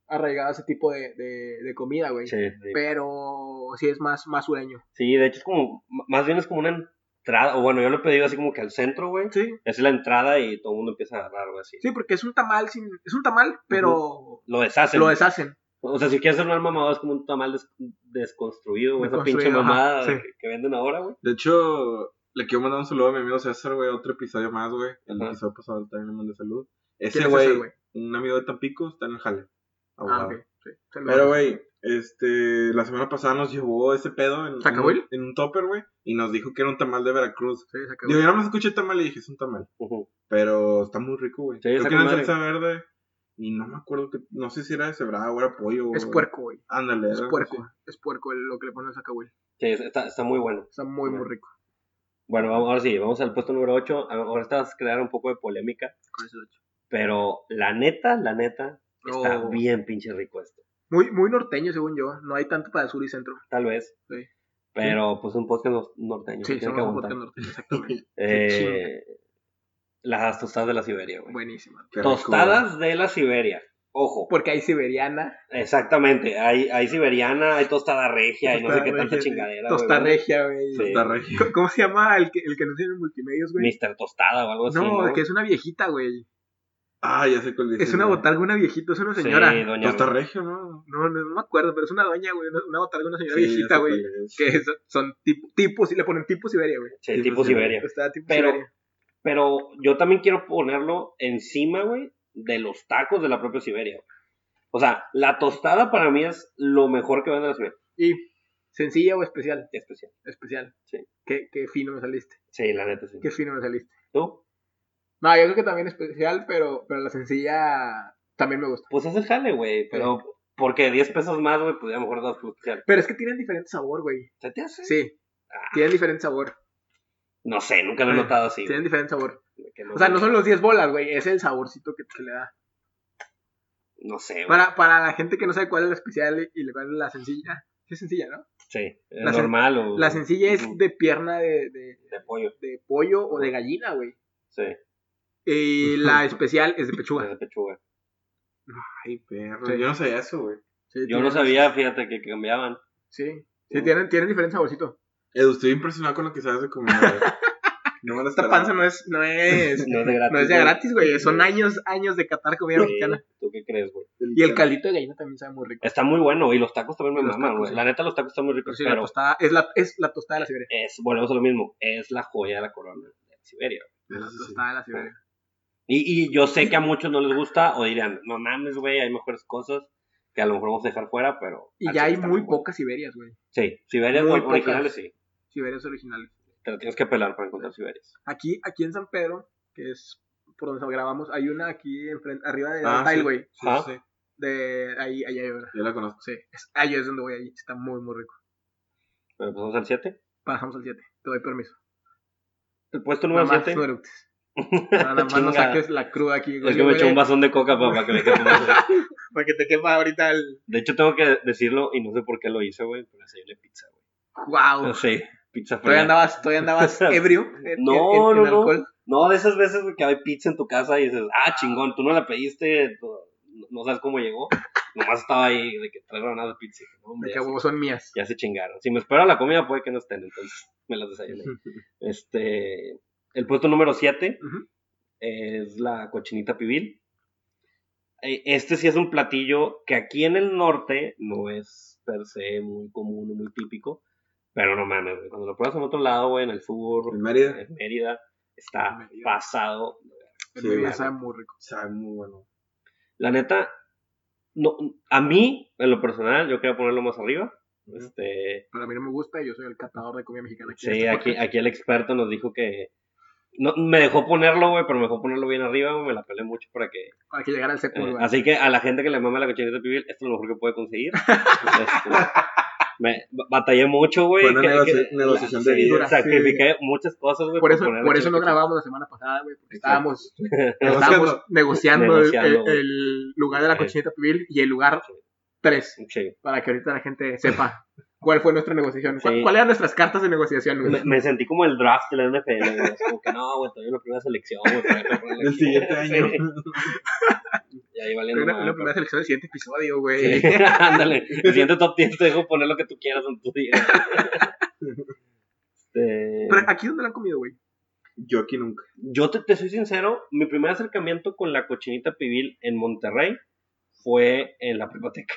[SPEAKER 2] arraigado ese tipo de, de, de comida, güey.
[SPEAKER 1] Sí, sí.
[SPEAKER 2] Pero sí es más, más sureño.
[SPEAKER 1] Sí, de hecho es como, m- más bien es como una entrada, o bueno, yo lo he pedido así como que al centro, güey.
[SPEAKER 2] Sí,
[SPEAKER 1] Es la entrada y todo el mundo empieza a agarrar, güey, así.
[SPEAKER 2] sí, porque es un tamal sin. Es un tamal, pero
[SPEAKER 1] Lo deshacen.
[SPEAKER 2] lo
[SPEAKER 1] güey.
[SPEAKER 2] deshacen.
[SPEAKER 1] O sea, si quieres hacer una mamada, es como un tamal des- desconstruido, güey. Esa pinche
[SPEAKER 2] Desconstruido, ajá,
[SPEAKER 1] mamada
[SPEAKER 2] sí.
[SPEAKER 1] que, que venden ahora, güey.
[SPEAKER 3] De hecho, le quiero mandar un saludo a mi amigo César, güey. Otro episodio más, güey. El
[SPEAKER 1] Ajá.
[SPEAKER 3] episodio pasado también le mandé salud.
[SPEAKER 2] ¿Quién
[SPEAKER 3] Ese,
[SPEAKER 2] es
[SPEAKER 3] güey,
[SPEAKER 2] ese, güey?
[SPEAKER 3] un amigo de Tampico, está en el jale.
[SPEAKER 2] Ah,
[SPEAKER 3] Abogado.
[SPEAKER 2] ok. Sí, se lo-
[SPEAKER 3] Pero, güey, este, la semana pasada nos llevó ese pedo en, en,
[SPEAKER 2] ¿Tacahuil?
[SPEAKER 3] un- en un topper, güey. Y nos dijo que era un tamal de Veracruz.
[SPEAKER 2] Sí, se acabó.
[SPEAKER 3] Digo, yo nada más escuché tamal y dije, es un tamal.
[SPEAKER 1] Ujú.
[SPEAKER 3] Pero está muy rico, güey.
[SPEAKER 1] Sí,
[SPEAKER 3] Creo
[SPEAKER 1] está
[SPEAKER 3] que era en
[SPEAKER 1] con madre.
[SPEAKER 3] salsa verde. Y no me acuerdo que. No sé si era de cebrada o era pollo.
[SPEAKER 2] Es
[SPEAKER 3] güey.
[SPEAKER 2] puerco, güey.
[SPEAKER 3] Ándale, era
[SPEAKER 2] Es
[SPEAKER 3] algo
[SPEAKER 2] puerco.
[SPEAKER 3] así.
[SPEAKER 2] Es puerco el- lo que le ponen a Zacahuil.
[SPEAKER 1] Sí, está, está muy bueno.
[SPEAKER 2] Está muy, muy
[SPEAKER 1] Bueno.
[SPEAKER 2] rico.
[SPEAKER 1] Bueno, vamos, ahora sí, vamos al puesto número 8. Ahora te vas a crear un poco de polémica.
[SPEAKER 2] Con ese ocho.
[SPEAKER 1] Pero la neta, la neta, está
[SPEAKER 2] No,
[SPEAKER 1] bien pinche rico esto.
[SPEAKER 2] Muy, muy norteño, según yo. No hay tanto para sur y centro.
[SPEAKER 1] Tal vez.
[SPEAKER 2] Sí.
[SPEAKER 1] Pero pues un podcast nos- norteño.
[SPEAKER 2] Sí,
[SPEAKER 1] Sí, tiene
[SPEAKER 2] somos
[SPEAKER 1] que
[SPEAKER 2] un
[SPEAKER 1] aguantar.
[SPEAKER 2] podcast norteño, exactamente.
[SPEAKER 1] Eh, las tostadas de la Siberia, güey.
[SPEAKER 2] Buenísima.
[SPEAKER 3] Qué rico, güey.
[SPEAKER 1] Tostadas de la Siberia. Ojo,
[SPEAKER 2] Porque hay siberiana,
[SPEAKER 1] exactamente. Hay, hay siberiana, hay tostada regia, hay no sé
[SPEAKER 3] Tostada
[SPEAKER 1] qué tanta
[SPEAKER 3] regia, sí.
[SPEAKER 1] chingadera. güey,
[SPEAKER 2] tosta
[SPEAKER 1] ¿no?
[SPEAKER 2] regia, güey.
[SPEAKER 1] Sí.
[SPEAKER 3] Está regio.
[SPEAKER 2] ¿Cómo- ¿Cómo se llama el que, el que no tiene multimedios, güey?
[SPEAKER 1] Mr. Tostada o algo así.
[SPEAKER 2] No, que es una viejita, güey.
[SPEAKER 3] Ah, ya sé cuál dices,
[SPEAKER 2] Es una
[SPEAKER 3] güey.
[SPEAKER 2] botarga, una viejita, es una
[SPEAKER 1] Sí,
[SPEAKER 2] señora.
[SPEAKER 1] doña-
[SPEAKER 3] Tosta regio, ¿no?
[SPEAKER 2] No, no, no me acuerdo, pero es una doña, güey. Una, una botarga, una señora
[SPEAKER 3] Sí, ya
[SPEAKER 2] viejita,
[SPEAKER 3] sé
[SPEAKER 2] güey.
[SPEAKER 3] cuál es.
[SPEAKER 2] Que son, son tipo, tipos, y le ponen tipo Siberia, güey.
[SPEAKER 1] sí,
[SPEAKER 3] tipo
[SPEAKER 1] tipo
[SPEAKER 3] Siberia.
[SPEAKER 1] Siberia.
[SPEAKER 2] Está tipo
[SPEAKER 1] Pero-
[SPEAKER 2] Siberia.
[SPEAKER 1] Pero yo también quiero ponerlo encima, güey, de los tacos de la propia Siberia. güey. O sea, la tostada para mí es lo mejor que vende la Siberia.
[SPEAKER 2] Y sencilla o especial.
[SPEAKER 1] Especial.
[SPEAKER 2] Especial.
[SPEAKER 1] Sí.
[SPEAKER 2] Qué, qué fino me saliste.
[SPEAKER 1] Sí, la neta, sí.
[SPEAKER 2] Qué fino me saliste.
[SPEAKER 1] ¿Tú?
[SPEAKER 2] No, yo creo que también especial, pero, pero la sencilla también me gusta.
[SPEAKER 1] Pues es el jale, güey. Pero porque 10 pesos más, güey, pues a lo mejor das por especial.
[SPEAKER 2] Pero es que tienen diferente sabor, güey.
[SPEAKER 1] ¿Se te hace?
[SPEAKER 2] Sí.
[SPEAKER 1] Ah.
[SPEAKER 2] Tienen diferente sabor.
[SPEAKER 1] No sé, nunca lo he
[SPEAKER 2] Sí.
[SPEAKER 1] notado así.
[SPEAKER 2] Tienen diferente sabor.
[SPEAKER 1] güey, que
[SPEAKER 2] O sea, no son los 10 bolas, güey. Es el saborcito que se le da.
[SPEAKER 1] No sé, güey.
[SPEAKER 2] Para, para la gente que no sabe cuál es la especial y y cuál es la sencilla. Sí, es sencilla, ¿no?
[SPEAKER 1] Sí, es
[SPEAKER 2] la sen-
[SPEAKER 1] normal o...
[SPEAKER 2] La sencilla es
[SPEAKER 1] Ujú,
[SPEAKER 2] de pierna de, de,
[SPEAKER 1] de pollo,
[SPEAKER 2] de pollo o de gallina, güey.
[SPEAKER 1] sí,
[SPEAKER 2] Y la especial es de
[SPEAKER 1] es
[SPEAKER 2] pechuga.
[SPEAKER 1] de pechuga.
[SPEAKER 3] Ay, perro.
[SPEAKER 2] Sí.
[SPEAKER 3] Yo no sabía eso, güey.
[SPEAKER 2] Sí,
[SPEAKER 1] Yo
[SPEAKER 2] tienen-
[SPEAKER 1] no sabía, fíjate, que cambiaban.
[SPEAKER 2] Sí. Sí, tienen, tienen diferente saborcito.
[SPEAKER 3] Edu, estoy impresionado con lo que sabes de comer, güey. No me lo
[SPEAKER 2] Esta
[SPEAKER 3] esperaba.
[SPEAKER 2] panza no es, no es,
[SPEAKER 1] No es de gratis.
[SPEAKER 2] no es de
[SPEAKER 1] güey.
[SPEAKER 2] gratis, güey. Son años, años de catar comida
[SPEAKER 1] Sí,
[SPEAKER 2] mexicana.
[SPEAKER 1] ¿Tú qué crees, güey?
[SPEAKER 2] Y el caldito de gallina también sabe muy rico.
[SPEAKER 1] Está muy bueno, y los tacos también me
[SPEAKER 2] Los
[SPEAKER 1] maman,
[SPEAKER 2] tacos,
[SPEAKER 1] güey.
[SPEAKER 2] sí.
[SPEAKER 1] La neta, los tacos están muy
[SPEAKER 2] Pero
[SPEAKER 1] ricos,
[SPEAKER 2] sí, la
[SPEAKER 1] pero
[SPEAKER 2] tostada, es la, es la tostada de la Siberia.
[SPEAKER 1] es, volvemos a lo mismo, es la joya de la corona de Siberia. güey.
[SPEAKER 2] La
[SPEAKER 3] Eso sí.
[SPEAKER 2] tostada de la Siberia.
[SPEAKER 1] Ah, Y, y yo sé que a muchos no les gusta, o dirían, no mames, güey, hay mejores cosas que a lo mejor vamos a dejar fuera, pero...
[SPEAKER 2] Y
[SPEAKER 1] al
[SPEAKER 2] ya
[SPEAKER 1] chile
[SPEAKER 2] hay
[SPEAKER 1] está
[SPEAKER 2] muy
[SPEAKER 1] bueno.
[SPEAKER 2] pocas Siberias, güey.
[SPEAKER 1] Sí, Siberia
[SPEAKER 2] muy pocas.
[SPEAKER 1] originales, sí.
[SPEAKER 2] Siberias originales.
[SPEAKER 1] Te la tienes que pelar para encontrar Siberias.
[SPEAKER 2] Aquí, aquí en San Pedro, que es por donde grabamos, hay una aquí enfrente, arriba de
[SPEAKER 3] Ah,
[SPEAKER 2] Altail,
[SPEAKER 3] sí.
[SPEAKER 2] güey.
[SPEAKER 3] Sí,
[SPEAKER 1] Ajá.
[SPEAKER 3] sí,
[SPEAKER 2] De ahí, ahí hay una.
[SPEAKER 3] yo la conozco.
[SPEAKER 2] Sí, es, ahí es donde voy ahí. Está muy, muy rico.
[SPEAKER 1] Pero pasamos al 7.
[SPEAKER 2] Pasamos al 7. Te doy permiso.
[SPEAKER 1] El puesto
[SPEAKER 2] Nada
[SPEAKER 1] número
[SPEAKER 2] más
[SPEAKER 1] 7.
[SPEAKER 2] no eructes. Nada más no
[SPEAKER 1] Chinga.
[SPEAKER 2] saques la cruda aquí, güey.
[SPEAKER 1] Es que me eché
[SPEAKER 2] Huele-
[SPEAKER 1] un vasón de coca para, que me quede más.
[SPEAKER 2] Para que te quepa ahorita el.
[SPEAKER 1] De hecho, tengo que decirlo y no sé por qué lo hice, güey, pero desayuné pizza, güey.
[SPEAKER 2] ¡Wow!
[SPEAKER 1] Sí, pizza
[SPEAKER 2] Todavía
[SPEAKER 1] fría.
[SPEAKER 2] andabas, todavía andabas ebrio.
[SPEAKER 1] No,
[SPEAKER 2] en- en- en
[SPEAKER 1] no, no.
[SPEAKER 2] alcohol.
[SPEAKER 1] No, de esas veces güey, que hay pizza en tu casa y dices, ah, chingón, tú no la pediste, tú- no sabes cómo llegó. Nomás estaba ahí de que tres rebanadas de pizza. No, hombre,
[SPEAKER 2] De
[SPEAKER 1] ya,
[SPEAKER 2] que
[SPEAKER 1] se,
[SPEAKER 2] huevo son mías.
[SPEAKER 1] ya se chingaron. Si me espero a la comida, puede que no estén, entonces me las desayuné. Este, el puesto número 7
[SPEAKER 2] Ujú.
[SPEAKER 1] es la cochinita pibil. Eh, Este sí es un platillo que aquí en el norte no es per se muy común, muy típico, pero no mames, güey, cuando lo pruebas en otro lado, güey, en el sur,
[SPEAKER 3] En Mérida.
[SPEAKER 1] en Mérida, está
[SPEAKER 2] Mérida.
[SPEAKER 1] pasado.
[SPEAKER 3] Sí,
[SPEAKER 2] Muy bien,
[SPEAKER 3] güey.
[SPEAKER 2] sabe muy rico.
[SPEAKER 3] Sabe muy bueno.
[SPEAKER 1] La neta, no, a mí, en lo personal, yo quería ponerlo más arriba. Este,
[SPEAKER 2] Pero a mí no me gusta y yo soy el catador de comida mexicana. en
[SPEAKER 1] Sí,
[SPEAKER 2] este
[SPEAKER 1] aquí,
[SPEAKER 2] podcast.
[SPEAKER 1] aquí el experto nos dijo que. No, me dejó ponerlo, güey, pero me dejó ponerlo bien arriba, güey, me la pelé mucho para que.
[SPEAKER 2] Para que llegara al
[SPEAKER 1] eh,
[SPEAKER 2] seco, güey.
[SPEAKER 1] así que a la gente que le mama la cochinita pibil, esto es lo mejor que puede conseguir. Este, me ba- batallé mucho, güey.
[SPEAKER 3] Buena
[SPEAKER 1] que- que-
[SPEAKER 3] negoci- negociación de
[SPEAKER 1] sí,
[SPEAKER 3] vida.
[SPEAKER 1] Sacrifiqué muchas cosas, güey.
[SPEAKER 2] Por eso,
[SPEAKER 1] poner la
[SPEAKER 2] por eso no
[SPEAKER 1] cochinita
[SPEAKER 2] grabamos la semana pasada, güey, porque
[SPEAKER 3] Exacto.
[SPEAKER 2] estábamos, estábamos
[SPEAKER 3] Negociando.
[SPEAKER 2] negociando, el-
[SPEAKER 1] Negociando,
[SPEAKER 2] el,
[SPEAKER 1] güey.
[SPEAKER 2] el lugar de la
[SPEAKER 1] Sí.
[SPEAKER 2] cochinita pibil y el lugar 3,
[SPEAKER 1] pibil. Sí.
[SPEAKER 2] para que ahorita la gente sepa cuál fue nuestra negociación, cuál-
[SPEAKER 1] Sí.
[SPEAKER 2] cuáles eran nuestras cartas de negociación, güey.
[SPEAKER 1] Me, me sentí como el draft de la NFL, güey. así Como que no, güey, todavía la primera selección, güey. todavía no ponen la
[SPEAKER 3] El siguiente
[SPEAKER 1] cochinita".
[SPEAKER 3] año.
[SPEAKER 1] Sí, y ahí valiendo
[SPEAKER 2] Una,
[SPEAKER 1] madre,
[SPEAKER 2] una
[SPEAKER 1] pero-
[SPEAKER 2] primera selección del siguiente episodio, güey.
[SPEAKER 1] Sí, ándale. El siguiente top 10 te dejo poner lo que tú quieras en tu día. Este,
[SPEAKER 2] Pero aquí donde la han comido, güey.
[SPEAKER 3] Yo aquí nunca.
[SPEAKER 1] yo te, te soy sincero, mi primer acercamiento con la cochinita pibil en Monterrey fue en la biblioteca.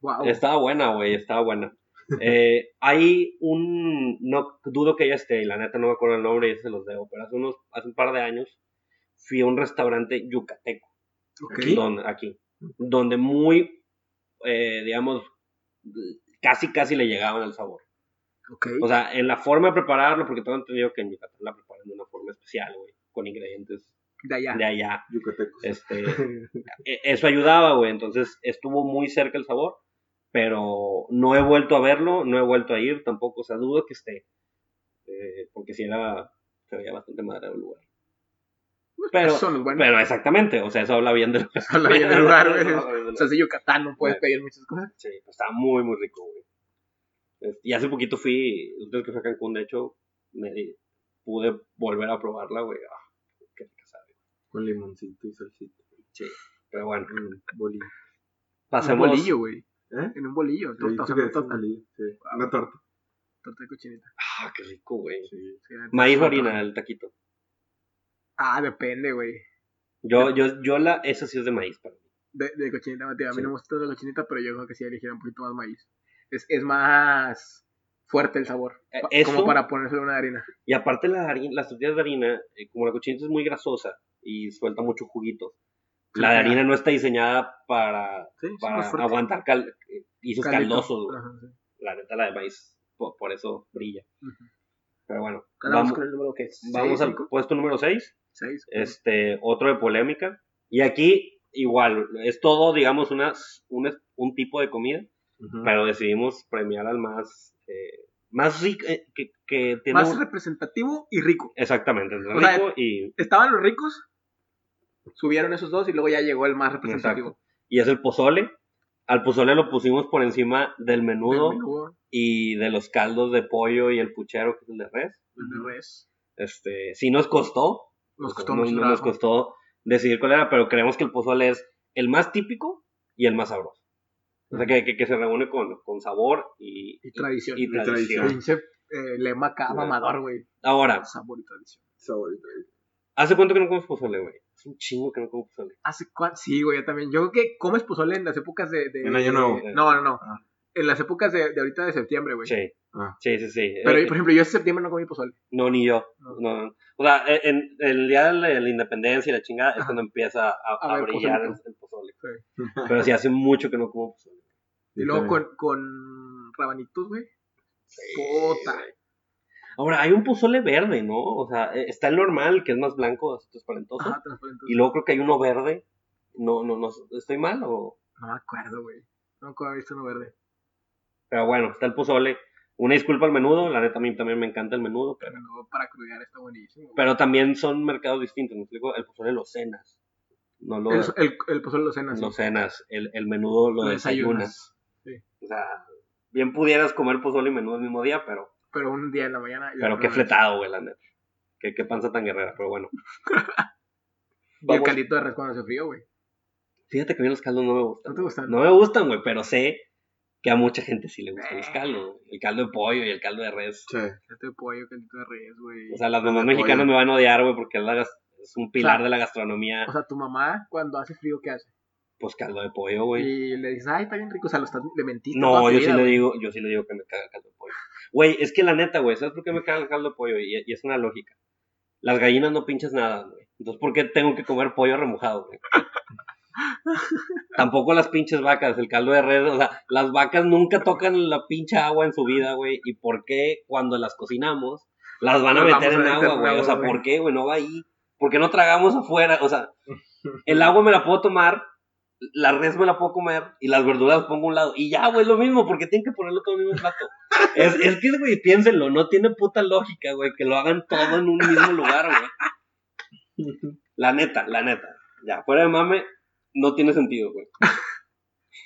[SPEAKER 2] Wow.
[SPEAKER 1] Estaba buena, güey, estaba buena. Eh, hay un, no dudo que ya esté, y la neta no me acuerdo el nombre y se los debo, pero hace, unos, hace un par de años fui a un restaurante yucateco,
[SPEAKER 2] Ok.
[SPEAKER 3] ¿Sí?
[SPEAKER 1] donde, aquí, donde muy, eh, digamos, casi casi le llegaban al sabor.
[SPEAKER 2] Ok.
[SPEAKER 1] O sea, en la forma de prepararlo, porque tengo entendido que en Yucatán la preparan de una forma especial, güey, con ingredientes
[SPEAKER 2] De allá.
[SPEAKER 1] de allá.
[SPEAKER 3] Yucatecos.
[SPEAKER 2] Eh.
[SPEAKER 1] Este, e- eso ayudaba, güey. Entonces estuvo muy cerca el sabor, pero no he vuelto a verlo, no he vuelto a ir tampoco. O sea, dudo que esté. eh, porque si era, se veía bastante madre el lugar.
[SPEAKER 2] Pues,
[SPEAKER 1] pero-
[SPEAKER 2] son los buenos.
[SPEAKER 1] Pero exactamente, o sea, eso habla bien del lugar.
[SPEAKER 2] Habla bien del lugar, güey.
[SPEAKER 1] güey.
[SPEAKER 2] O sea, si Yucatán no puedes
[SPEAKER 1] Bueno.
[SPEAKER 2] pedir muchas cosas.
[SPEAKER 1] Sí, pues, estaba muy, muy rico, güey. Este, Y hace poquito fui, desde que fui a Cancún, de hecho, me di- pude volver a probarla, güey. Ah, qué rica sabe.
[SPEAKER 3] Con limoncito y salsita.
[SPEAKER 1] Pero bueno,
[SPEAKER 3] Mm, bolillo.
[SPEAKER 2] En un
[SPEAKER 1] pasemos.
[SPEAKER 2] bolillo, güey.
[SPEAKER 3] ¿Eh?
[SPEAKER 2] En un bolillo.
[SPEAKER 3] Le
[SPEAKER 2] Torta, o
[SPEAKER 3] dije
[SPEAKER 2] sea,
[SPEAKER 3] que
[SPEAKER 2] no
[SPEAKER 3] es
[SPEAKER 2] torta,
[SPEAKER 3] un bolillo, sí. Una torta.
[SPEAKER 2] torta de cochinita.
[SPEAKER 1] Ah, qué rico, güey.
[SPEAKER 3] Sí.
[SPEAKER 2] Sí, la neta,
[SPEAKER 1] Maíz
[SPEAKER 2] torta.
[SPEAKER 1] o harina, el taquito.
[SPEAKER 2] Ah, depende, güey.
[SPEAKER 1] Yo, yo, yo la, esa sí es de maíz para mí.
[SPEAKER 2] De, de cochinita, Mateo. A mí
[SPEAKER 1] Sí.
[SPEAKER 2] no me gusta la cochinita, pero yo creo que sí elegiría un poquito más maíz. Es, es más fuerte el sabor.
[SPEAKER 1] Eh,
[SPEAKER 2] Pa-
[SPEAKER 1] eso-
[SPEAKER 2] Como para ponérselo en una harina.
[SPEAKER 1] Y aparte la harina, las tortillas de harina, eh, como la cochinita es muy grasosa y suelta mucho juguito, la de
[SPEAKER 2] Sí,
[SPEAKER 1] harina no está diseñada para,
[SPEAKER 2] Sí, sí,
[SPEAKER 1] para
[SPEAKER 2] más fuerte.
[SPEAKER 1] aguantar cal, eh, guisos
[SPEAKER 2] Caldito.
[SPEAKER 1] caldosos. güey.
[SPEAKER 2] Ajá, sí.
[SPEAKER 1] La neta la de maíz, por, por eso brilla.
[SPEAKER 2] Ujú.
[SPEAKER 1] Pero bueno,
[SPEAKER 2] Ahora Vamos
[SPEAKER 1] vamos,
[SPEAKER 2] con el número que es.
[SPEAKER 1] vamos al puesto número 6,
[SPEAKER 2] Seis.
[SPEAKER 1] este, otro de polémica. Y aquí igual, es todo, digamos, una, un, un tipo de comida.
[SPEAKER 3] Ujú.
[SPEAKER 1] pero decidimos premiar al más eh, más rico eh, que, que tiene
[SPEAKER 2] Más
[SPEAKER 1] un-
[SPEAKER 2] representativo y rico.
[SPEAKER 1] exactamente el
[SPEAKER 2] O sea,
[SPEAKER 1] rico y,
[SPEAKER 2] Estaban los ricos, subieron esos dos y luego ya llegó el más representativo.
[SPEAKER 1] y es el pozole al pozole lo pusimos por encima del menudo
[SPEAKER 2] El menudo,
[SPEAKER 1] y de los caldos de pollo y el puchero que es el de res
[SPEAKER 2] el de res.
[SPEAKER 1] este sí nos costó
[SPEAKER 2] Nos
[SPEAKER 1] o sea,
[SPEAKER 2] costó
[SPEAKER 1] no-
[SPEAKER 2] mucho
[SPEAKER 1] no nos
[SPEAKER 2] trabajo.
[SPEAKER 1] costó decidir cuál era pero creemos que el pozole es el más típico y el más sabroso o sea que, que- que se reúne con, con sabor y,
[SPEAKER 2] Y tradición.
[SPEAKER 1] y
[SPEAKER 3] Y tradición.
[SPEAKER 1] tradición.
[SPEAKER 2] Pinche eh, lema acá,
[SPEAKER 1] Sí.
[SPEAKER 2] mamador, güey.
[SPEAKER 1] ahora
[SPEAKER 2] Sabor y tradición.
[SPEAKER 3] Saborito.
[SPEAKER 1] hace cuánto que no comes pozole güey es un chingo que no como pozole
[SPEAKER 2] ¿Hace cuánto? Sí, güey, yo también. Yo creo que comes pozole en las épocas de. de-
[SPEAKER 3] En Año Nuevo.
[SPEAKER 2] de- No, no, no.
[SPEAKER 3] Ah.
[SPEAKER 2] En las épocas de, de ahorita de septiembre, güey.
[SPEAKER 1] Sí.
[SPEAKER 3] Ah.
[SPEAKER 1] sí, sí, sí.
[SPEAKER 2] Pero,
[SPEAKER 1] Eh,
[SPEAKER 2] por ejemplo, yo en septiembre no comí pozole.
[SPEAKER 1] no, ni yo.
[SPEAKER 2] No.
[SPEAKER 1] No, no. O sea, e, en, en el día de la, de la independencia y la chingada es
[SPEAKER 2] Ajá.
[SPEAKER 1] cuando empieza a,
[SPEAKER 2] A
[SPEAKER 1] a
[SPEAKER 2] ver,
[SPEAKER 1] brillar el,
[SPEAKER 2] pozolito.
[SPEAKER 1] el pozole.
[SPEAKER 2] Sí.
[SPEAKER 1] Pero sí, hace mucho que no como pozole.
[SPEAKER 2] Y luego con, con rabanitos, güey. Puta.
[SPEAKER 1] güey. Ahora, hay un pozole verde, ¿no? O sea, eh, está el normal, que es más blanco, transparentoso.
[SPEAKER 2] Ajá, transparente.
[SPEAKER 1] Y luego creo que hay uno verde. No, no, no, ¿estoy mal o...?
[SPEAKER 2] No me acuerdo, güey. No me acuerdo haber visto uno verde.
[SPEAKER 1] Pero bueno, está el pozole. Una disculpa al menudo, la neta a mí también me encanta el menudo, pero,
[SPEAKER 2] Pero no, para crudear está buenísimo. güey.
[SPEAKER 1] pero también son mercados distintos, ¿me explico? El pozole lo cenas. No lo...
[SPEAKER 2] El, el, el pozole lo cenas.
[SPEAKER 1] no
[SPEAKER 2] sí.
[SPEAKER 1] cenas, el, el menudo lo
[SPEAKER 2] Lo
[SPEAKER 1] desayunas.
[SPEAKER 2] desayunas. Sí.
[SPEAKER 1] O sea, bien pudieras comer pozole y menudo el mismo día, pero,
[SPEAKER 2] Pero un día en la mañana. y
[SPEAKER 1] pero
[SPEAKER 2] otro
[SPEAKER 1] qué
[SPEAKER 2] en la
[SPEAKER 1] fletado, güey, la neta. Qué, qué panza tan guerrera, pero bueno.
[SPEAKER 2] noche. Y el
[SPEAKER 1] Vamos-
[SPEAKER 2] caldito de res cuando hace frío, güey.
[SPEAKER 1] Fíjate que a mí los caldos no me
[SPEAKER 2] ¿No
[SPEAKER 1] gustan.
[SPEAKER 2] te gustan?
[SPEAKER 1] No me gustan, güey, pero sé que a mucha gente sí le gustan los
[SPEAKER 2] Eh.
[SPEAKER 1] caldos. güey. El caldo de pollo y el caldo de res.
[SPEAKER 3] Sí.
[SPEAKER 2] Caldito de pollo, caldito de res, güey.
[SPEAKER 1] O sea, las
[SPEAKER 3] Caldo
[SPEAKER 1] mamás
[SPEAKER 3] de
[SPEAKER 1] mexicanas
[SPEAKER 3] pollo.
[SPEAKER 1] me van a odiar, güey, porque es, la gas- es un pilar
[SPEAKER 2] Claro.
[SPEAKER 1] de la gastronomía.
[SPEAKER 2] O sea, tu mamá cuando hace frío, ¿qué hace?
[SPEAKER 1] Pues caldo de pollo, güey.
[SPEAKER 2] Y le dices, ay, está bien rico. O sea, lo estás, le mentiste. toda
[SPEAKER 1] No,
[SPEAKER 2] tu
[SPEAKER 1] yo
[SPEAKER 2] vida,
[SPEAKER 1] sí le
[SPEAKER 2] güey.
[SPEAKER 1] digo, yo sí le digo que me caga el caldo de pollo. Güey, es que la neta, güey, ¿sabes por qué me caga el caldo de pollo? Y, y es una lógica. Las gallinas no pinchas nada, güey. Entonces, ¿por qué tengo que comer pollo remojado, güey? Tampoco las pinches vacas, el caldo de res, o sea, las vacas nunca tocan la pincha agua en su vida, güey. ¿Y por qué cuando las cocinamos las van a
[SPEAKER 2] Las
[SPEAKER 1] meter
[SPEAKER 2] vamos a
[SPEAKER 1] en
[SPEAKER 2] meter
[SPEAKER 1] agua,
[SPEAKER 2] en
[SPEAKER 1] güey? O
[SPEAKER 2] agua,
[SPEAKER 1] sea,
[SPEAKER 2] güey.
[SPEAKER 1] ¿por qué, güey? No va ahí. ¿Por qué no tragamos afuera? O sea, el agua me la puedo tomar, la res me la puedo comer y las verduras las pongo a un lado. Y ya, güey, es lo mismo, porque tienen que ponerlo todo en el mismo plato. Es, es que, güey, piénsenlo, no tiene puta lógica, güey, que lo hagan todo en un mismo lugar, güey. La neta, la neta. Ya, fuera de mame, no tiene sentido, güey.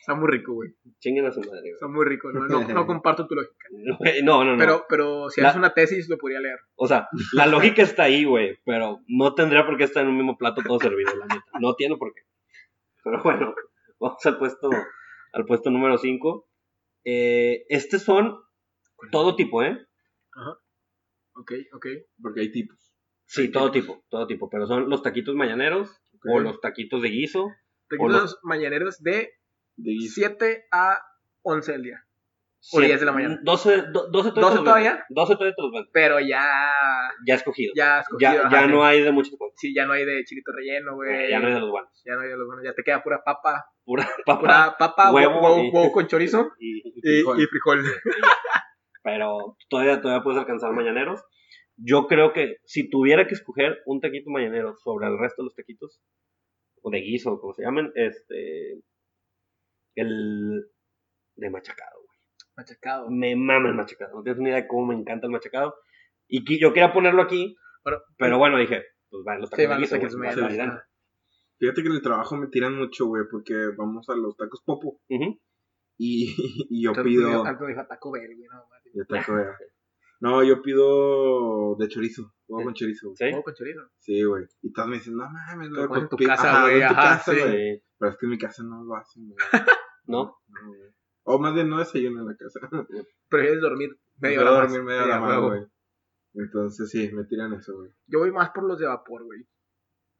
[SPEAKER 2] Está muy rico, güey.
[SPEAKER 1] Chinguen a su madre,
[SPEAKER 2] Está muy rico. No, no, no comparto tu lógica.
[SPEAKER 1] güey. Güey, No, no, no.
[SPEAKER 2] Pero, pero si
[SPEAKER 1] La-
[SPEAKER 2] haces una tesis, lo podría leer.
[SPEAKER 1] o sea, la lógica está ahí, güey, pero no tendría por qué estar en un mismo plato todo servido, la neta. No tiene por qué. Pero bueno, vamos al puesto, al puesto número 5. Eh, estos son todo tipo, ¿eh?
[SPEAKER 2] Ajá. Ok, ok.
[SPEAKER 3] Porque hay tipos.
[SPEAKER 1] Sí, todo tipo, todo tipo. Pero son los taquitos mañaneros o los taquitos de guiso.
[SPEAKER 2] Taquitos
[SPEAKER 1] los-
[SPEAKER 2] mañaneros de
[SPEAKER 3] De guiso.
[SPEAKER 2] 7 a 11 del día. O 10 de la mañana.
[SPEAKER 1] 12, do- 12 todavía.
[SPEAKER 2] ¿12
[SPEAKER 1] te los
[SPEAKER 2] todavía?
[SPEAKER 1] venden. 12 todavía te los venden.
[SPEAKER 2] Pero ya.
[SPEAKER 1] Ya escogidos. Ya,
[SPEAKER 2] Ya has cogido,
[SPEAKER 1] ya,
[SPEAKER 2] ajá,
[SPEAKER 1] no
[SPEAKER 2] sí.
[SPEAKER 1] hay de muchas cosas.
[SPEAKER 2] Sí, ya no hay de chilito relleno, güey.
[SPEAKER 1] Ya no hay de los buenos.
[SPEAKER 2] Ya no hay de los buenos. Ya te queda pura papa.
[SPEAKER 1] Pura papa.
[SPEAKER 2] Pura papa, huevo,
[SPEAKER 1] huevo
[SPEAKER 2] huevo,
[SPEAKER 1] y-
[SPEAKER 2] huevo con chorizo
[SPEAKER 1] y- y-
[SPEAKER 2] y,
[SPEAKER 3] frijol.
[SPEAKER 2] y frijol.
[SPEAKER 1] pero todavía, todavía puedes alcanzar mañaneros. Yo creo que si tuviera que escoger un taquito mañanero sobre el resto de los taquitos, o de guiso, o como se llamen, este. El. de machacado. güey.
[SPEAKER 2] Machacado.
[SPEAKER 1] Me mama el machacado. No tienes ni idea de cómo me encanta el machacado. Y que- yo quería ponerlo aquí,
[SPEAKER 2] Pero-
[SPEAKER 1] pero bueno, dije, pues va, los tacos
[SPEAKER 2] Sí,
[SPEAKER 1] de
[SPEAKER 2] van los
[SPEAKER 1] guiso,
[SPEAKER 2] taquitos
[SPEAKER 1] güey,
[SPEAKER 2] mañaneros.
[SPEAKER 1] va, va,
[SPEAKER 2] ajá.
[SPEAKER 3] Fíjate que en el trabajo me tiran mucho, güey, porque vamos a los tacos popo.
[SPEAKER 1] va. Ujú.
[SPEAKER 3] Y, y yo
[SPEAKER 2] Entonces,
[SPEAKER 3] pido.
[SPEAKER 2] dijo- Antes dijo a Taco Bell, güey. No, mames.
[SPEAKER 3] Ya está, güey. No, yo pido de chorizo. Huevo con chorizo. güey.
[SPEAKER 1] ¿Sí?
[SPEAKER 2] Huevo con chorizo.
[SPEAKER 3] Sí, güey. Y todos me dicen, no mames, güey.
[SPEAKER 2] Lo pones en tu
[SPEAKER 3] pi-
[SPEAKER 2] casa,
[SPEAKER 3] ajá,
[SPEAKER 2] güey,
[SPEAKER 3] en tu
[SPEAKER 2] ajá,
[SPEAKER 3] casa,
[SPEAKER 2] sí.
[SPEAKER 3] güey.
[SPEAKER 1] Eh,
[SPEAKER 3] Pero es que en mi casa no lo hacen, güey.
[SPEAKER 1] ¿No?
[SPEAKER 3] No, güey. O más bien no desayuno en la casa.
[SPEAKER 2] Prefieres dormir media
[SPEAKER 3] Yo
[SPEAKER 2] hora.
[SPEAKER 3] voy a
[SPEAKER 2] más.
[SPEAKER 3] dormir media hora más,
[SPEAKER 2] huevo.
[SPEAKER 3] güey. Entonces sí, me tiran eso, güey.
[SPEAKER 2] Yo voy más por los de vapor, güey.